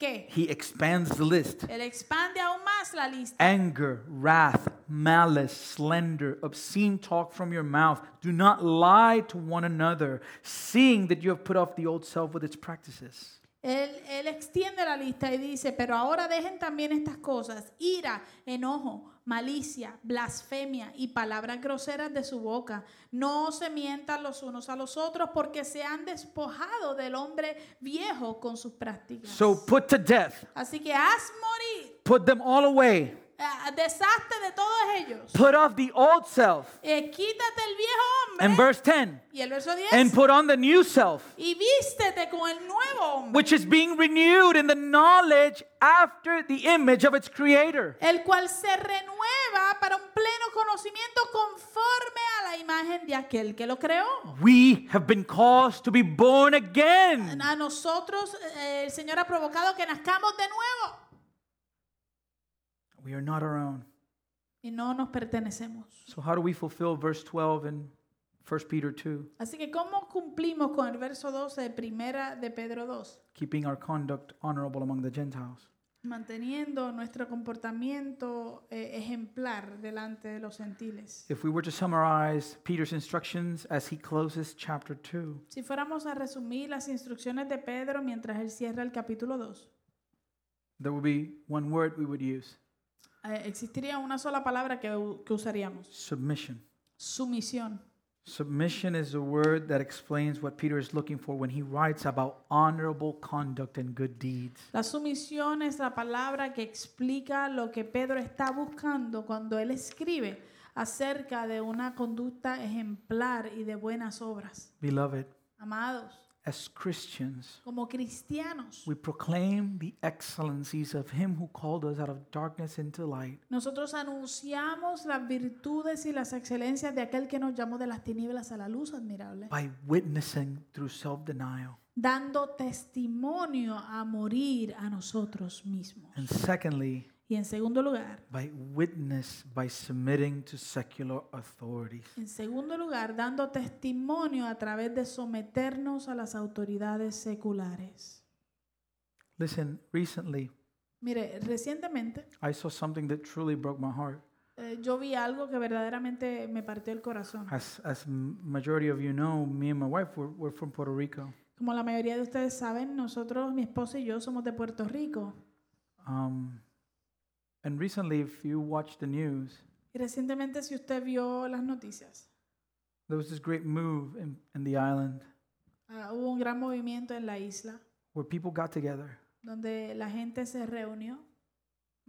¿Qué? He expands the list Él expande aún más la lista. anger, wrath, malice, slander, obscene talk from your mouth. Do not lie to one another, seeing that you have put off the old self with its practices. Él, él extiende la lista y dice, pero ahora dejen también estas cosas, ira, enojo, malicia, blasfemia y palabras groseras de su boca. No se mientan los unos a los otros porque se han despojado del hombre viejo con sus prácticas. So put to death, Así que haz morir, put them all away, ah, deshazte de todos ellos. put off the old self. Eh, quítate el viejo And hombre. verse 10 Y el verso 10. and put on the new self, y vístete con el nuevo hombre. which is being renewed in the knowledge after the image of its creator. el cual se renueva para un pleno conocimiento conforme a la imagen de aquel que lo creó. We have been caused to be born again. A nosotros eh, el Señor ha provocado que nazcamos de nuevo We are not our own. y no nos pertenecemos. So how do we fulfill verse 12 in 1 Peter 2? Así que ¿cómo cumplimos con el verso 12 de primera de Pedro 2? Keeping our conduct honorable among the Gentiles. Manteniendo nuestro comportamiento eh, ejemplar delante de los gentiles. If we were to summarize Peter's instructions as he closes chapter 2, Si fuéramos a resumir las instrucciones de Pedro mientras él cierra el capítulo 2, there would be one word we would use, eh, existiría una sola palabra que u- que usaríamos. submission. sumisión. Submission is a word that explains what Peter is looking for when he writes about honorable conduct and good deeds. La sumisión es la palabra que explica lo que Pedro está buscando cuando él escribe acerca de una conducta ejemplar y de buenas obras. Beloved, Amados, as Christians, como cristianos, we proclaim the excellencies of him who called us out of darkness into light. nosotros anunciamos las virtudes y las excelencias de aquel que nos llamó de las tinieblas a la luz admirable, by witnessing through self denial. dando testimonio a morir a nosotros mismos. And secondly, Y en segundo lugar, by witness by submitting to secular authorities. En segundo lugar, dando testimonio a través de someternos a las autoridades seculares. Listen, recently Mire, recientemente I saw something that truly broke my heart. eh, yo vi algo que verdaderamente me partió el corazón. As, as m- majority of you know, me and my wife were, were from Puerto Rico. Como la mayoría de ustedes saben, nosotros, mi esposa y yo somos de Puerto Rico. Um, And recently, if you watch the news, Y recientemente si usted vio las noticias, there was this great move in, in the island ah, hubo un gran movimiento en la isla where people got together donde la gente se reunió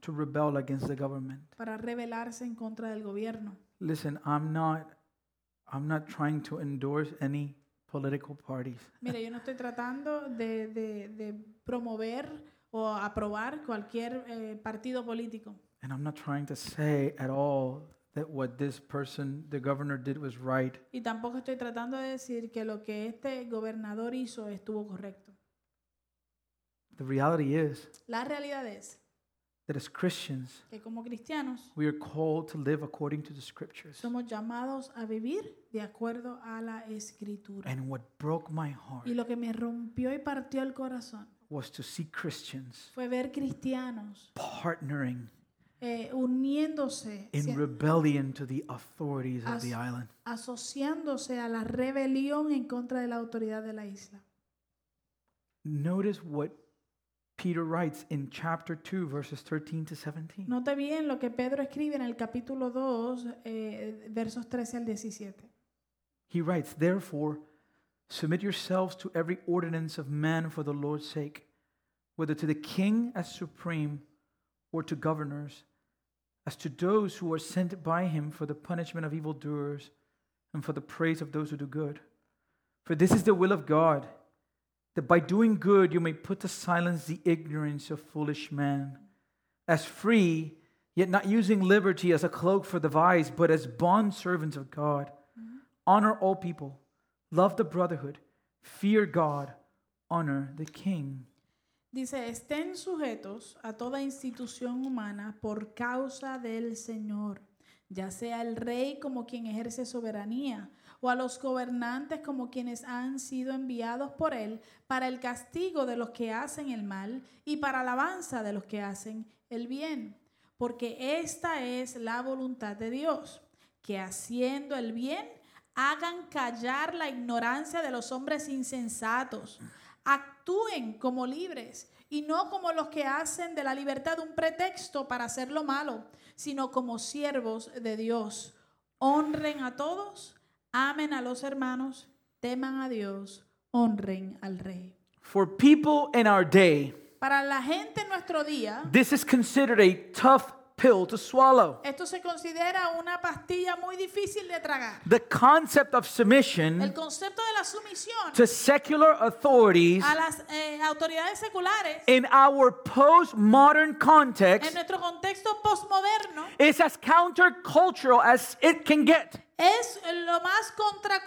to rebel against the government. para rebelarse en contra del gobierno. Listen, I'm not, I'm not trying to endorse any political parties. Mire, yo no estoy tratando de, de- de promover o aprobar cualquier eh, partido político. And I'm not trying to say at all that what this person, the governor, did was right. Y tampoco estoy tratando de decir que lo que este gobernador hizo estuvo correcto. The reality is La realidad es that as Christians, que como cristianos we are called to live according to the scriptures. somos llamados a vivir de acuerdo a la escritura. And what broke my heart Y lo que me rompió y partió el corazón was to see Christians fue ver cristianos partnering eh, uniéndose, in se- rebellion to the authorities of As- the island. asociándose a la rebelión en contra de la autoridad de la isla. Notice what Peter writes in chapter 2, verses 13 to 17. Note bien lo que Pedro escribe en el capítulo 2, eh, versos 13 al 17. He writes, Therefore, submit yourselves to every ordinance of man for the Lord's sake, whether to the king as supreme or to governors, as to those who are sent by him for the punishment of evildoers and for the praise of those who do good. For this is the will of God, that by doing good you may put to silence the ignorance of foolish men. As free, yet not using liberty as a cloak for the vice, but as bondservants of God. Honor all people, love the brotherhood, fear God, honor the king. Dice, estén sujetos a toda institución humana por causa del Señor, ya sea el rey como quien ejerce soberanía, o a los gobernantes como quienes han sido enviados por él para el castigo de los que hacen el mal y para alabanza de los que hacen el bien. Porque esta es la voluntad de Dios, que haciendo el bien hagan callar la ignorancia de los hombres insensatos. Actúen como libres y no como los que hacen de la libertad un pretexto para hacer lo malo, sino como siervos de Dios. Honren a todos, amen a los hermanos, teman a Dios, honren al rey. For people in our day, Para la gente en nuestro día, this is considered a tough pill to swallow. esto se considera una pastilla muy difícil de tragar. The concept of El submission concepto de la sumisión to secular authorities a las eh, autoridades seculares in our postmodern en context nuestro contexto postmoderno is as countercultural as it can get, es lo más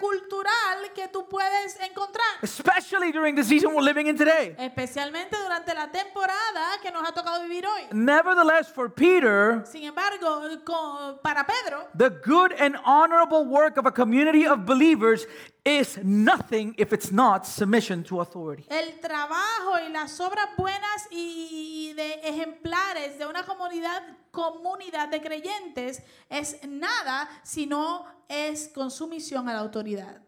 contracultural que tú puedes encontrar, especially during the season we're living in today. especialmente durante la temporada que nos ha tocado vivir hoy. Nevertheless, for Peter, Sin embargo, co- para Pedro, The good and honorable work of a community of believers is nothing if it's not submission to authority. el trabajo y las obras buenas y, y de ejemplares de una comunidad comunidad de creyentes es nada si no es con sumisión a la autoridad.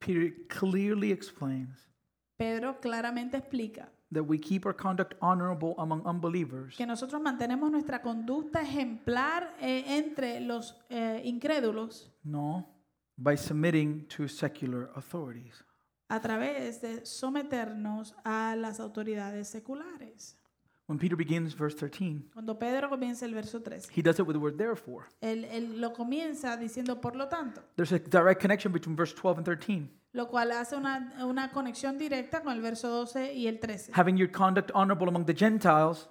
Peter clearly explains Pedro claramente explica that we keep our conduct honorable among unbelievers que nosotros mantenemos nuestra conducta ejemplar eh, entre los eh, incrédulos no by submitting to secular authorities. a través de someternos a las autoridades seculares. When Peter begins verse 13, Cuando Pedro comienza el verso 13, he does it with the word therefore. él, él lo comienza diciendo por lo tanto, There's a direct connection between verse 12 and 13. lo cual hace una, una conexión directa con el verso 12 y el 13. Having your conduct honorable among the Gentiles,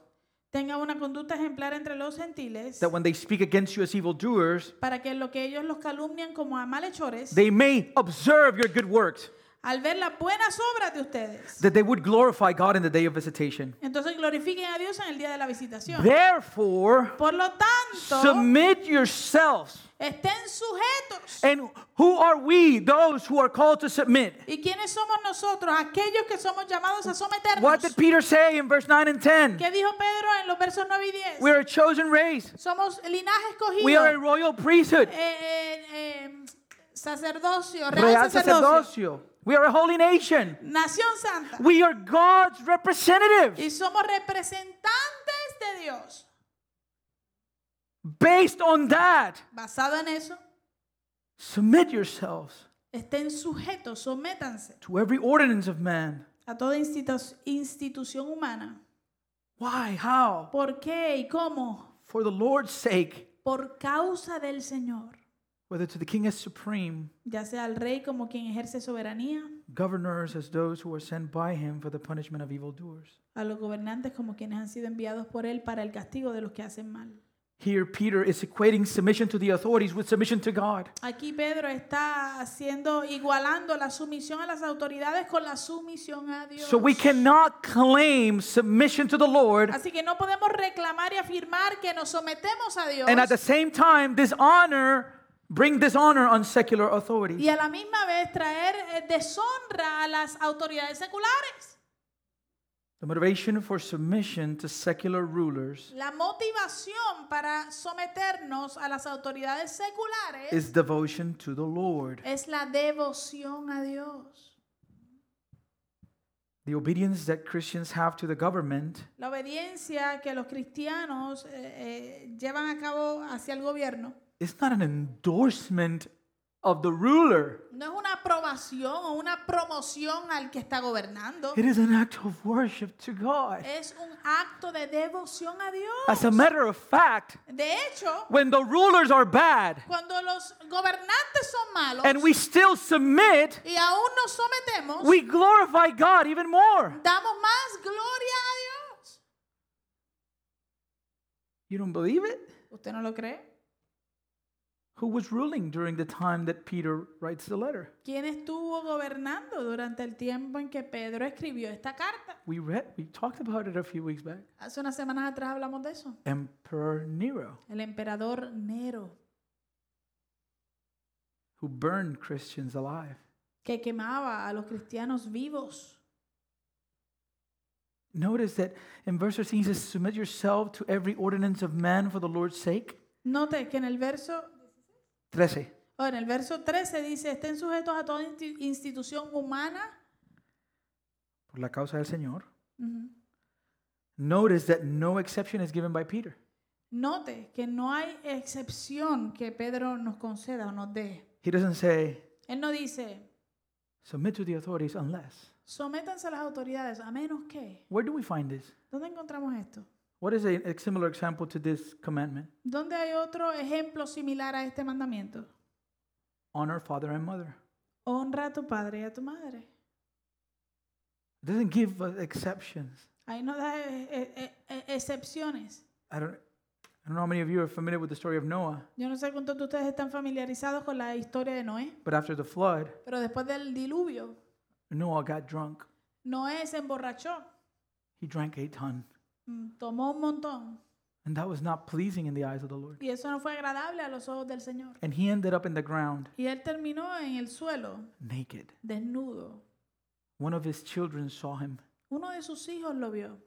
Tenga una conducta ejemplar entre los gentiles that when they speak against you as evildoers, para que lo que ellos los calumnian como a malhechores, they may observe your good works. al ver las buenas obras de ustedes, that they would glorify God in the day of visitation. entonces glorifiquen a Dios en el día de la visitación. Therefore, Por lo tanto, submit yourselves. estén sujetos. And who are we, those who are called to submit? ¿Y quiénes somos nosotros? Aquellos que somos llamados a someternos. What did Peter say in verse 9 and 10? ¿Qué dijo Pedro en los versos 9 y 10? We are a chosen race, somos linaje escogido. we are a royal priesthood, eh, eh, eh, sacerdocio, real, real sacerdocio, sacerdocio. We are a holy nation. nación santa. We are God's representatives. y somos representantes de Dios. Based on that, Basado en eso, submit yourselves estén sujetos, sométanse to every ordinance of man. a toda institu- institución humana. Why? How? ¿Por qué y cómo? For the Lord's sake, Por causa del Señor, whether to the king as supreme, ya sea al rey como quien ejerce soberanía, governors as those who are sent by him for the punishment of evildoers. a los gobernantes como quienes han sido enviados por él para el castigo de los que hacen mal. Here, Peter is equating submission to the authorities with submission to God. Aquí Pedro está haciendo, igualando la sumisión a las autoridades con la sumisión a Dios. So we cannot claim submission to the Lord Así que no podemos reclamar y afirmar que nos sometemos a Dios and at the same time dishonor, bring dishonor on secular authorities. y a la misma vez traer eh, deshonra a las autoridades seculares. The motivation for submission to secular rulers La motivación para someternos a las autoridades seculares is devotion to the Lord. es la devoción a Dios. The obedience that Christians have to the government La obediencia que los cristianos eh, eh, llevan a cabo hacia el gobierno is not an endorsement of the ruler, no es una aprobación o una promoción al que está gobernando. it is an act of worship to God. Es un acto de devoción a Dios. As a matter of fact, De hecho, when the rulers are bad cuando los gobernantes son malos and we still submit, y aún nos sometemos, we glorify God even more. damos más gloria a Dios. You don't believe it? ¿Usted no lo cree? Who was ruling during the time that Peter writes the letter? ¿Quién estuvo gobernando durante el tiempo en que Pedro escribió esta carta? We read, we talked about it a few weeks back. Hace unas semanas atrás hablamos de eso. Emperor Nero, El emperador Nero, who burned Christians alive. que quemaba a los cristianos vivos. Notice that in verse 13 he says, Submit yourself to every ordinance of man for the Lord's sake. Note que en el verso Trece. O en el verso 13 dice, estén sujetos a toda insti- institución humana. Por la causa del Señor. Ujú. Notice that no exception is given by Peter. Note que no hay excepción que Pedro nos conceda o nos dé. He doesn't say, Él no dice, Submit to the authorities unless. sométanse a las autoridades, a menos que. Where do we find this? ¿Dónde encontramos esto? What is a, a similar example to this commandment? ¿Dónde hay otro ejemplo similar a este mandamiento? Honor father and mother. Honra a tu padre y a tu madre. It doesn't give us exceptions. Ahí no da eh, eh, eh, eh, excepciones. I don't, I don't know how many of you are familiar with the story of Noah, Yo no sé cuántos de ustedes están familiarizados con la historia de Noé, but after the flood, pero después del diluvio, Noah got drunk. Noé se emborrachó. He drank a ton, Mm, tomó un montón and that was not pleasing in the eyes of the Lord. y eso no fue agradable a los ojos del Señor. And he ended up in the ground Y él terminó en el suelo, naked. desnudo. One of his children saw him. Uno de sus hijos lo vio.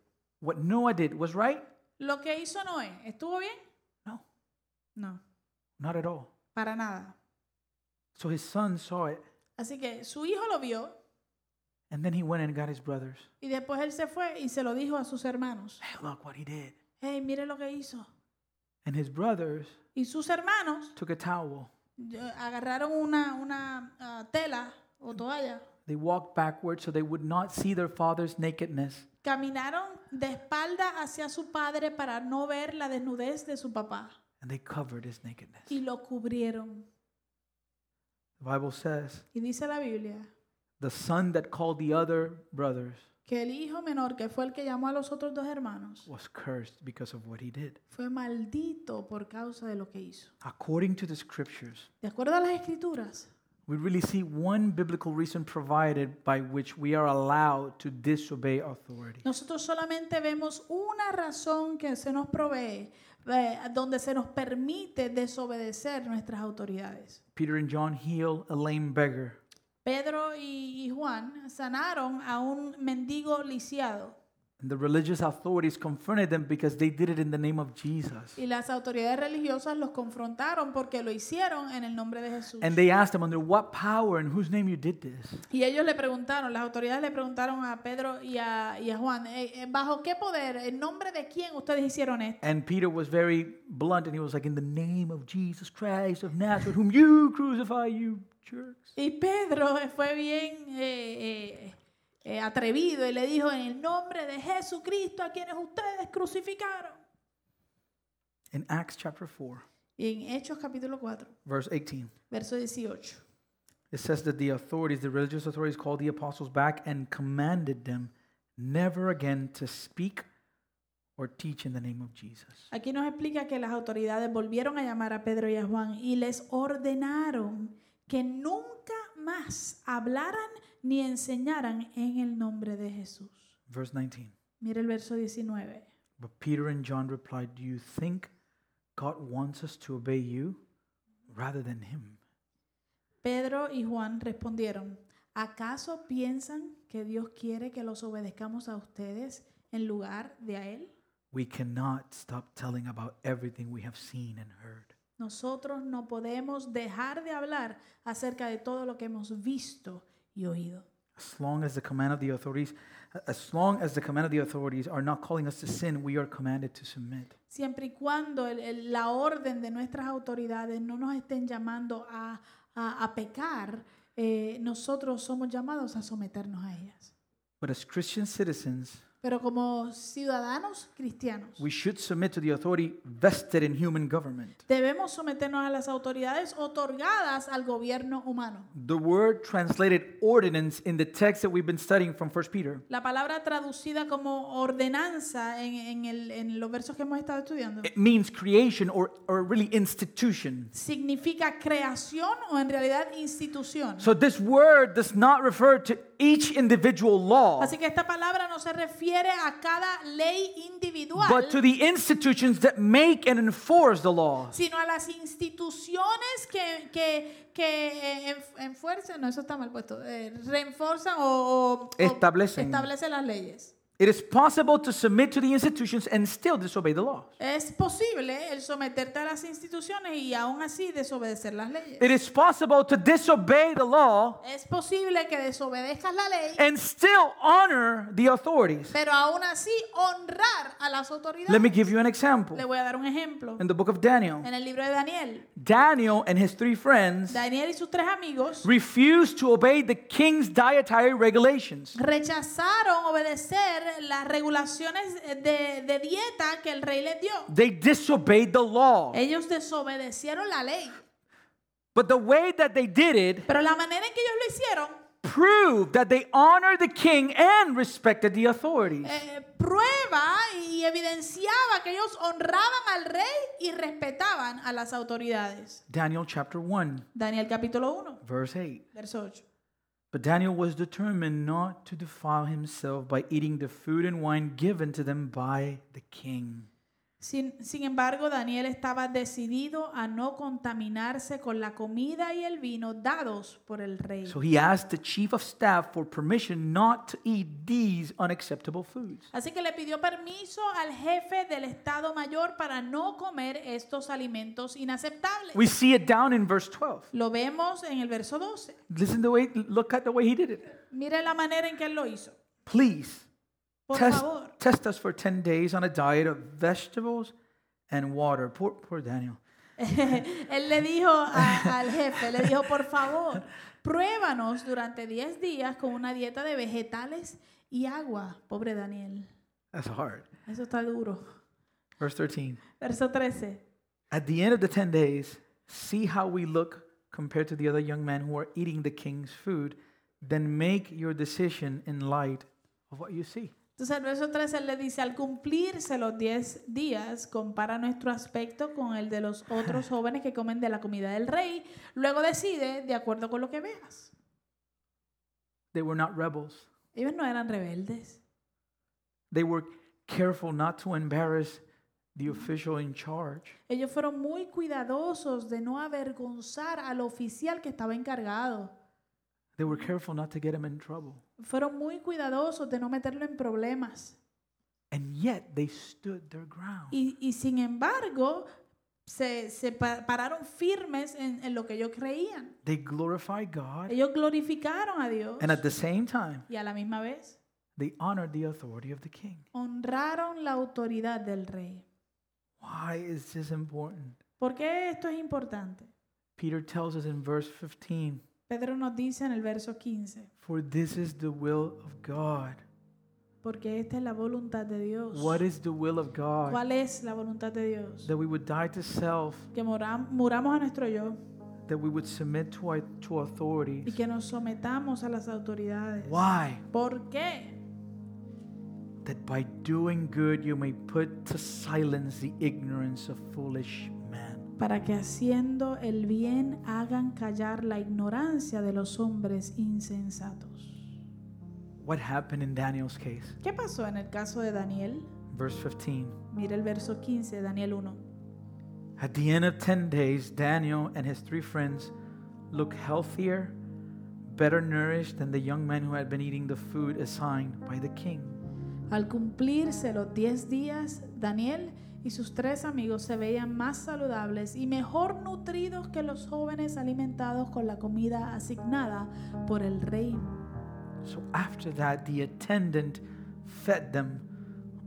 What Noah did was right? Lo que hizo Noé, ¿estuvo bien? No, No, not at all. para nada. So his son saw it, Así que su hijo lo vio and then he went and got his brothers. y después él se fue y se lo dijo a sus hermanos. Hey, look what he did. Hey, mire lo que hizo. And his brothers Y sus hermanos took a towel. eh, agarraron una, una ah, tela o toalla, They walked backward so they would not see their father's nakedness. caminaron de espalda hacia su padre para no ver la desnudez de su papá. and they covered his nakedness. y lo cubrieron. The Bible says Y dice la Biblia the son that called the other brothers que el hijo menor, que fue el que llamó a los otros dos hermanos, was cursed because of what he did. fue maldito por causa de lo que hizo. According to the scriptures, De acuerdo a las escrituras, we really see one biblical reason provided by which we are allowed to disobey authority. nosotros solamente vemos una razón que se nos provee, eh, donde se nos permite desobedecer nuestras autoridades. Peter and John heal a lame beggar. Pedro y, y Juan sanaron a un mendigo lisiado. And the religious authorities confronted them because they did it in the name of Jesus. Y las autoridades religiosas los confrontaron porque lo hicieron en el nombre de Jesús. And they asked him, Under what power and whose name you did this? Y ellos le preguntaron, las autoridades le preguntaron a Pedro y a, y a Juan, "Eh, eh, ¿bajo qué poder, en nombre de quién ustedes hicieron esto? And Peter was very blunt and he was like, In the name of Jesus Christ of Nazareth, whom you crucify, you jerks. Y Pedro [LAUGHS] fue bien eh, eh, eh, atrevido y le dijo, en el nombre de Jesucristo a quienes ustedes crucificaron. In Acts chapter 4, Y en Hechos capítulo 4, verse 18, verso 18. it says that the authorities, the religious authorities, called the apostles back and commanded them never again to speak or teach in the name of Jesus. Aquí nos explica que las autoridades volvieron a llamar a Pedro y a Juan y les ordenaron que nunca más hablaran ni enseñaran en el nombre de Jesús. Verse 19. Mira el verso 19. But Peter and John replied, Do you think God wants us to obey you rather than him? Pedro y Juan respondieron, ¿acaso piensan que Dios quiere que los obedezcamos a ustedes en lugar de a Él? We cannot stop telling about everything we have seen and heard. Nosotros no podemos dejar de hablar acerca de todo lo que hemos visto y oído. As long as the command of the authorities, as long as the command of the authorities are not calling us to sin, we are commanded to submit. Siempre y cuando el- el- la orden de nuestras autoridades no nos estén llamando a, a- a pecar, eh, nosotros somos llamados a someternos a ellas. But as Christian citizens, Pero como ciudadanos cristianos, we should submit to the authority vested in human government. debemos someternos a las autoridades otorgadas al gobierno humano. The word translated ordinance in the text that we've been studying from 1 Peter La palabra traducida como ordenanza en, en el- en los versos que hemos estado estudiando it means creation or, or really institution. significa creación o en realidad institución. So this word does not refer to each individual law, Así que esta palabra no se refiere a cada ley individual, but to the institutions that make and enforce the law. sino a las instituciones que, que, que eh, enf- enfuerzan, no, eso está mal puesto, eh, reenforzan o, o- o Establecen. establecen las leyes. It is possible to submit to the institutions and still disobey the law. Es posible el someterte a las instituciones y aún así desobedecer las leyes. It is possible to disobey the law Es posible que desobedezcas la ley, and still honor the authorities. pero aún así honrar a las autoridades. Let me give you an example. Le voy a dar un ejemplo. In the book of Daniel, En el libro de Daniel, Daniel and his three friends Daniel y sus tres amigos refused to obey the king's dietary regulations. rechazaron obedecer las regulaciones eh, de, de dieta que el rey les dio. They disobeyed the law. Ellos desobedecieron la ley, But the way that they did it pero la manera en que ellos lo hicieron prove that they honored the king and respected the authorities. eh, prueba y evidenciaba que ellos honraban al rey y respetaban a las autoridades. Daniel chapter 1, Daniel capítulo 1, verse 8. verso 8. But Daniel was determined not to defile himself by eating the food and wine given to them by the king. Sin, sin embargo, Daniel estaba decidido a no contaminarse con la comida y el vino dados por el rey. So he asked the chief of staff for permission not to eat these unacceptable foods. Así que le pidió permiso al jefe del Estado Mayor para no comer estos alimentos inaceptables. We see it down in verse 12. Lo vemos en el verso 12. Listen the way look at the way he did it. Mire la manera en que él lo hizo. Please Por test, favor, test us for 10 days on a diet of vegetables and water. Poor, poor Daniel. él le dijo a- al jefe, le dijo, por favor, pruébanos durante 10 días con una dieta de vegetales y agua. Pobre Daniel, That's hard. eso está duro. Verse 13. Verso 13. At the end of the 10 days, see how we look compared to the other young men who are eating the king's food. Then make your decision in light of what you see. Entonces el verso 13 él le dice, al cumplirse los 10 días, compara nuestro aspecto con el de los [LAUGHS] otros jóvenes que comen de la comida del rey, luego decide de acuerdo con lo que veas. They were not rebels, Ellos no eran rebeldes, they were careful not to embarrass the official in charge. ellos fueron muy cuidadosos de no avergonzar al oficial que estaba encargado, They were careful not to get him in trouble. fueron muy cuidadosos de no meterlo en problemas. And yet they stood their ground. Y, y sin embargo, se, se pa- pararon firmes en, en lo que ellos creían. They glorified God, Ellos glorificaron a Dios and at the same time, y a la misma vez they honored the authority of the king. honraron la autoridad del rey. Why is this important? ¿Por qué esto es importante? Peter tells us in verse 15 Pedro nos dice en el verso 15, For this is the will of God. porque esta es la voluntad de Dios. What is the will of God? ¿Cuál es la voluntad de Dios? That we would die to self, Que mora- muramos a nuestro yo that we would submit to, our, to authority. y que nos sometamos a las autoridades. Why? ¿Por qué? That by doing good you may put to silence the ignorance of foolish men. Para que haciendo el bien hagan callar la ignorancia de los hombres insensatos. What happened in Daniel's case? ¿Qué pasó en el caso de Daniel? Verse 15. Mira el verso 15, Daniel 1. At the end of 10 days, Daniel and his three friends looked healthier, better nourished than the young men who had been eating the food assigned by the king. Al cumplirse los 10 días, Daniel y sus tres amigos se veían más saludables y mejor nutridos que los jóvenes alimentados con la comida asignada por el rey. So after that, the attendant fed them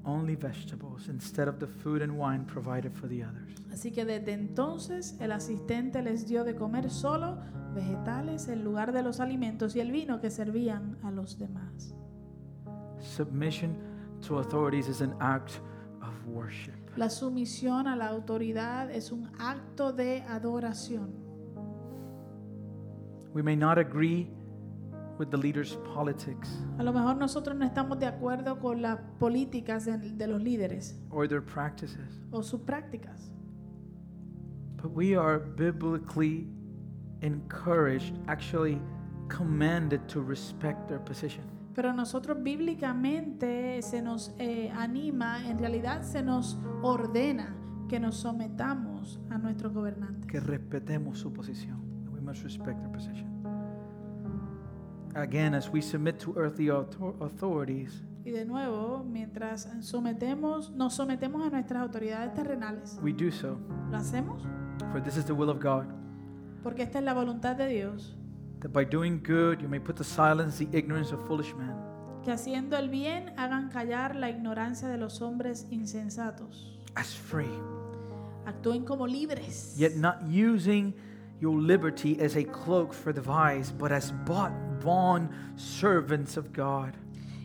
only vegetables instead of the food and wine provided for the others. Así que desde entonces el asistente les dio de comer solo vegetales en lugar de los alimentos y el vino que servían a los demás. Submission to authorities is an act of worship. La sumisión a la autoridad es un acto de adoración. We may not agree with the leader's politics A lo mejor nosotros no estamos de acuerdo con las políticas de- de los líderes. or their practices, o sus prácticas. but we are biblically encouraged, actually commanded to respect their position. Pero nosotros bíblicamente se nos eh, anima, en realidad se nos ordena que nos sometamos a nuestro gobernante. Que respetemos su posición. We must respect their position. Again, as we submit to earthly author- authorities, Y de nuevo, mientras sometemos, nos sometemos a nuestras autoridades terrenales, we do so, lo hacemos for this is the will of God. porque esta es la voluntad de Dios, That by doing good you may put to silence the ignorance of foolish men. que haciendo el bien hagan callar la ignorancia de los hombres insensatos. as free, Actúen como libres, yet not using your liberty as a cloak for the vice, but as bought, bond servants of God.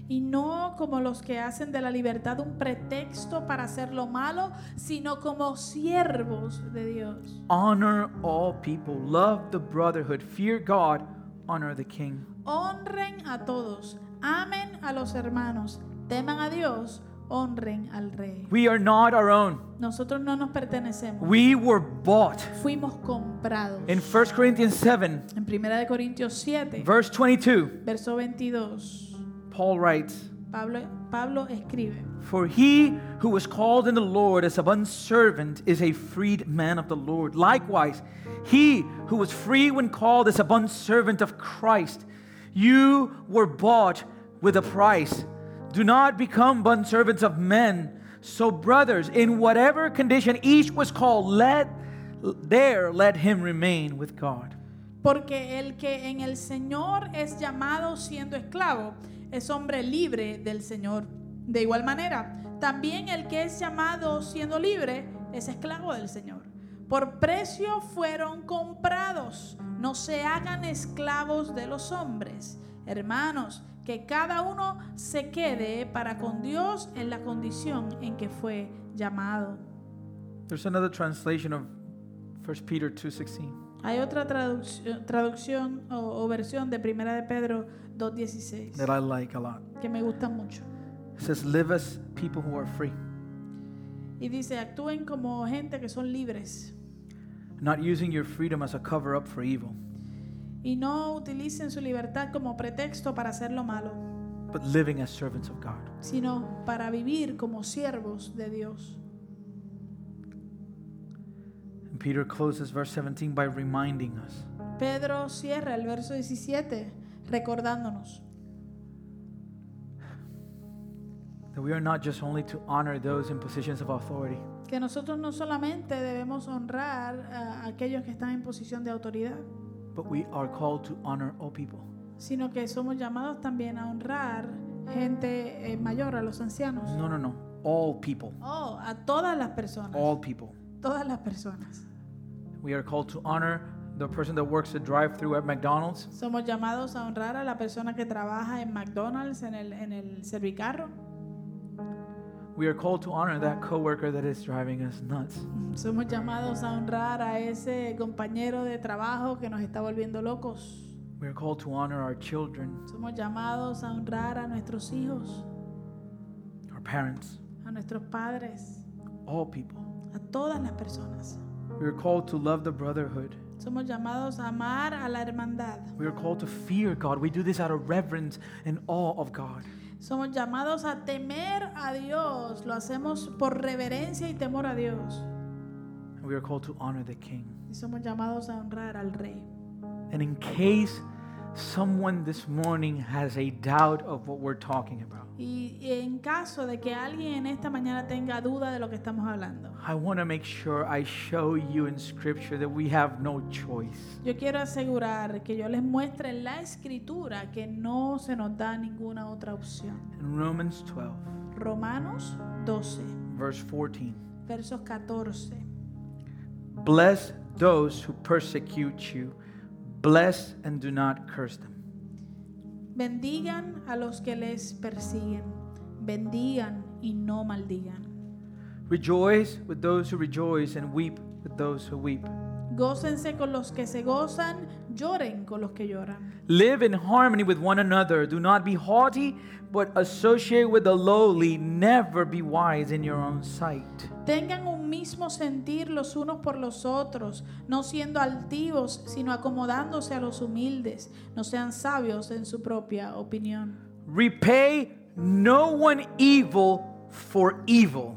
Y no como los que hacen de la libertad un pretexto para hacer lo malo, sino como siervos de Dios. Honor all people, love the brotherhood, fear God, honor the king. Honren a todos, amen a los hermanos, teman a Dios, honren al rey. We are not our own. Nosotros no nos pertenecemos, We were bought. fuimos comprados. In 1 Corinthians 7, En 1 Corintios 7, verse 22, verso 22, Paul writes, Pablo, Pablo escribe, For he who was called in the Lord as a bondservant is a freed man of the Lord. Likewise, he who was free when called as a bondservant of Christ, you were bought with a price. Do not become bondservants of men. So, brothers, in whatever condition each was called, let there let him remain with God. Porque el que en el Señor es llamado siendo esclavo es hombre libre del Señor. De igual manera, también el que es llamado siendo libre es esclavo del Señor. Por precio fueron comprados. No se hagan esclavos de los hombres. Hermanos, que cada uno se quede para con Dios en la condición en que fue llamado. There's another translation of 1 Peter 2:16. Hay otra traducción, traducción o, o versión de Primera de Pedro 2.16 that I like a lot. que me gusta mucho. It says, Live as people who are free, Y dice, actúen como gente que son libres not using your freedom as a cover up for evil, y no utilicen su libertad como pretexto para hacer lo malo, but living as servants of God. sino para vivir como siervos de Dios. And Peter closes verse 17 by reminding us Pedro cierra el verso 17 recordándonos that we are not just only to honor those in positions of authority, que nosotros no solamente debemos honrar a aquellos que están en posición de autoridad, but we are called to honor all people. sino que somos llamados también a honrar gente eh, mayor, a los ancianos, No, no, no. All people. oh, a todas las personas, All people. todas las personas. We are called to honor the person that works the drive through at McDonald's, Somos llamados a honrar a la persona que trabaja en McDonald's, en el, en el servicarro. We are called to honor that coworker that is driving us nuts. Somos llamados a honrar a ese compañero de trabajo que nos está volviendo locos. We are called to honor our children, Somos llamados a honrar a nuestros hijos, our parents, a nuestros padres, all people. a todas las personas. We are called to love the brotherhood. Somos llamados a amar a la hermandad. We are called to fear God. We do this out of reverence and awe of God. Somos llamados a temer a Dios. Lo hacemos por reverencia y temor a Dios. And we are called to honor the King. Y somos llamados a honrar al Rey. And in case someone this morning has a doubt of what we're talking about, Y en caso de que alguien en esta mañana tenga duda de lo que estamos hablando, I want to make sure I show you in Scripture that we have no choice. yo quiero asegurar que yo les muestre en la escritura que no se nos da ninguna otra opción. In Romans 12, Romanos 12, verse 14. versos 14. Bless those who persecute you, bless and do not curse them. Bendigan a los que les persiguen, bendigan y no maldigan. Rejoice with those who rejoice, and weep with those who weep. Gócense con los que se gozan, lloren con los que lloran. Live in harmony with one another. Do not be haughty, but associate with the lowly. Never be wise in your own sight. Tengan un mismo sentir los unos por los otros, no siendo altivos, sino acomodándose a los humildes, no sean sabios en su propia opinión. Repay no one evil for evil,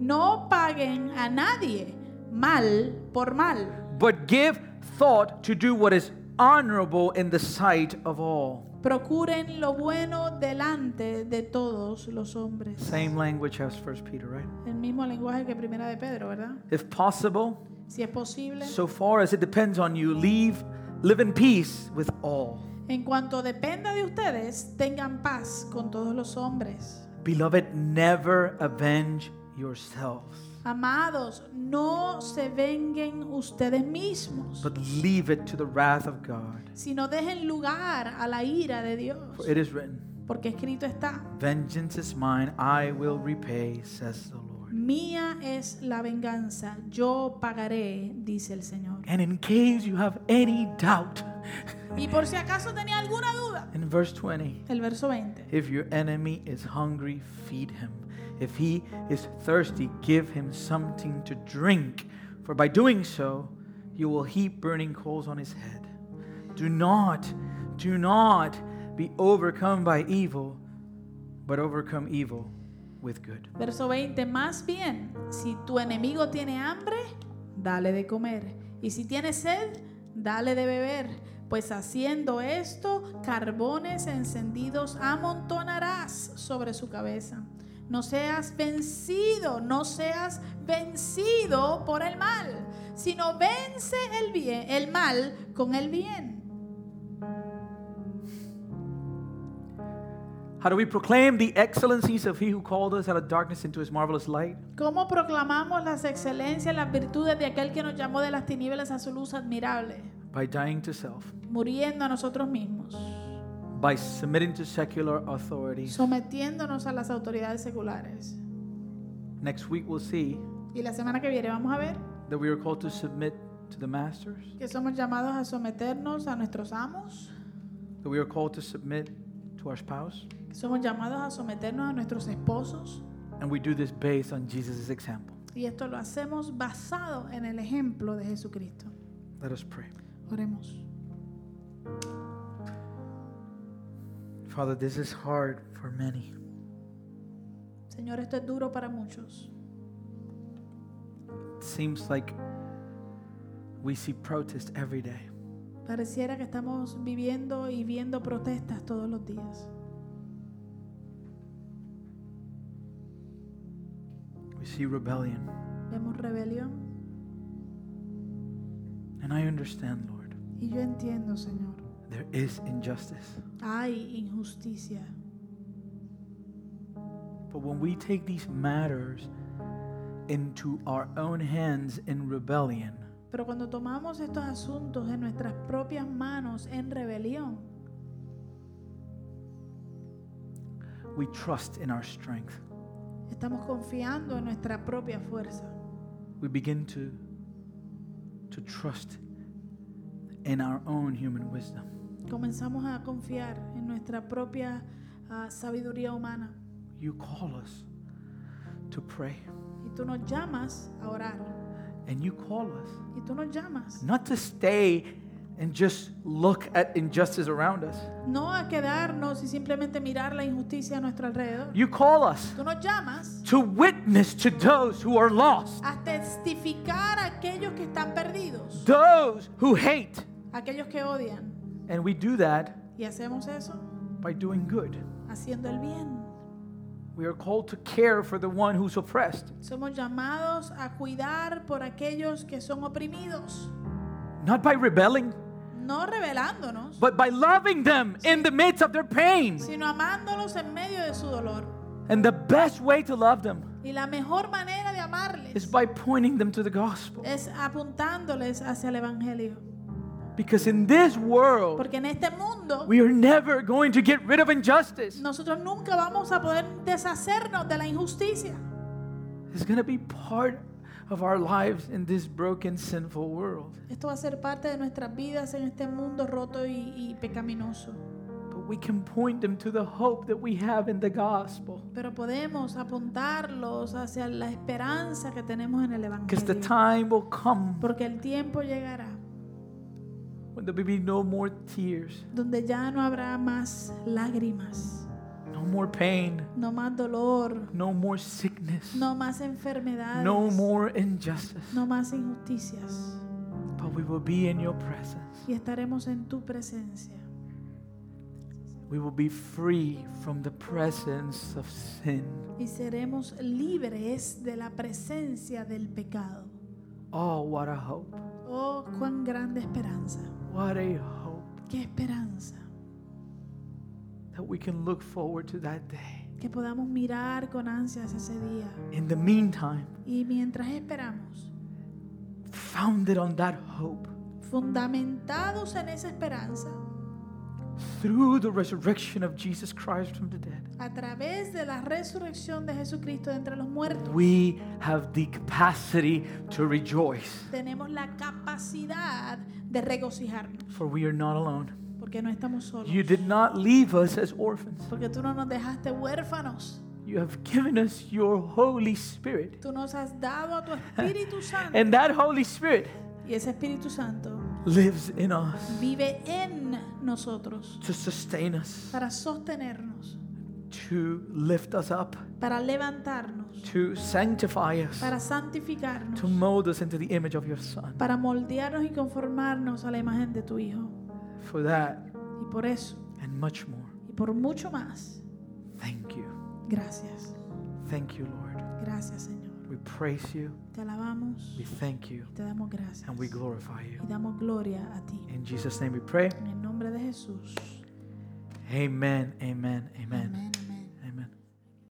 No paguen a nadie mal por mal, but give thought to do what is honorable in the sight of all. procuren lo bueno delante de todos los hombres. Same language as First Peter, right? El mismo lenguaje que primera de Pedro, ¿verdad? If possible, Si es posible, so far as it depends on you, leave live in peace with all. en cuanto dependa de ustedes, tengan paz con todos los hombres. Beloved, never avenge yourselves, Amados, no se venguen ustedes mismos, but leave it to the wrath of God. sino dejen lugar a la ira de Dios, For it is written, porque escrito está, Vengeance is mine, I will repay, says the Lord. mía es la venganza, yo pagaré, dice el Señor. And in case you have any doubt, [LAUGHS] Y por si acaso tenía alguna duda, in verse 20, el verso 20. if your enemy is hungry, feed him. If he is thirsty, give him something to drink, for by doing so, you will heap burning coals on his head. Do not, do not be overcome by evil, but overcome evil with good. Verso 20, más bien, si tu enemigo tiene hambre, dale de comer. Y si tiene sed, dale de beber. Pues haciendo esto, carbones encendidos amontonarás sobre su cabeza. No seas vencido, no seas vencido por el mal, sino vence el, bien, el mal con el bien. How do we proclaim the excellencies of He who called us out of darkness into His marvelous light? ¿Cómo proclamamos las excelencias, las virtudes de aquel que nos llamó de las tinieblas a su luz admirable? By dying to self, Muriendo a nosotros mismos. by submitting to secular authority. sometiéndonos a las autoridades seculares. Next week, we'll see Y la semana que viene vamos a ver that we are called to submit to the masters, que somos llamados a someternos a nuestros amos, that we are called to submit to our spouse, que somos llamados a someternos a nuestros esposos. and we do this based on Jesus' example. Y esto lo hacemos basado en el ejemplo de Jesucristo. Let us pray. Oremos. Father, this is hard for many. Señor, esto es duro para muchos. It seems like we see protest every day. Pareciera que estamos viviendo y viendo protestas todos los días. see rebellion. Vemos rebelión. And I understand, Lord, Y yo entiendo, Señor. there is injustice. Hay injusticia. But when we take these matters into our own hands in rebellion, Pero cuando tomamos estos asuntos en nuestras propias manos en rebelión, we trust in our strength. estamos confiando en nuestra propia fuerza. We begin to, to trust in our own human wisdom. Comenzamos a confiar en nuestra propia ah, sabiduría humana. You call us to pray, Y tú nos llamas a orar. and you call us Y tú nos llamas. not to stay and just look at injustice around us. No a quedarnos y simplemente mirar la injusticia a nuestro alrededor. You call us Tú nos llamas to witness to those who are lost, a testificar a aquellos que están perdidos, those who hate. a aquellos que odian. And we do that Y hacemos eso by doing good. haciendo el bien. We are called to care for the one who's oppressed, Somos llamados a cuidar por aquellos que son oprimidos, not by rebelling, no revelándonos, but by loving them in the midst of their pain. sino amándolos en medio de su dolor. And the best way to love them Y la mejor manera de is amarles by pointing them to the gospel. es apuntándoles hacia el Evangelio. Because in this world, Porque en este mundo we are never going to get rid of injustice. nosotros nunca vamos a poder deshacernos de la injusticia. It's going to be part of our lives in this broken, sinful world. Esto va a ser parte de nuestras vidas en este mundo roto y, y pecaminoso. But we can point them to the hope that we have in the gospel. Pero podemos apuntarlos hacia la esperanza que tenemos en el Because the Evangelio. time will come Porque el tiempo llegará when there will be no more tears, donde ya no habrá más lágrimas, no more pain, no más dolor, no more sickness, no más enfermedades, no more injustice. no más injusticias. But we will be in your presence. Y estaremos en tu presencia. We will be free from the presence of sin. Y seremos libres de la presencia del pecado. Oh, what a hope! Oh, cuán grande esperanza. What a hope Qué esperanza. that we can look forward to that day. Que podamos mirar con ansias ese día. In the meantime, Y mientras esperamos, founded on that hope, fundamentados en esa esperanza, through the resurrection of Jesus Christ from the dead, a través de la resurrección de Jesucristo de entre los muertos, we have the capacity to rejoice. tenemos la capacidad de regocijarnos, For we are not alone. porque no estamos solos. You did not leave us as orphans. Porque tú no nos dejaste huérfanos. You have given us your Holy Spirit. Tú nos has dado a tu [LAUGHS] Espíritu Santo. And that Holy Spirit Y ese Espíritu Santo lives in us vive en nosotros to sustain us, para sostenernos, to lift us up, para levantarnos, to sanctify us, para santificarnos, to mold us into the image of your Son. para moldearnos y conformarnos a la imagen de tu Hijo. For that Y por eso, and much more, y por mucho más, thank you. gracias. Thank you, Lord. Gracias, Señor. We praise you, Te alabamos we y thank you, te damos gracias. and we glorify Y you. damos gloria a ti. In Jesus' name we pray. En el nombre de Jesús. Amen, amen, amen. Amén.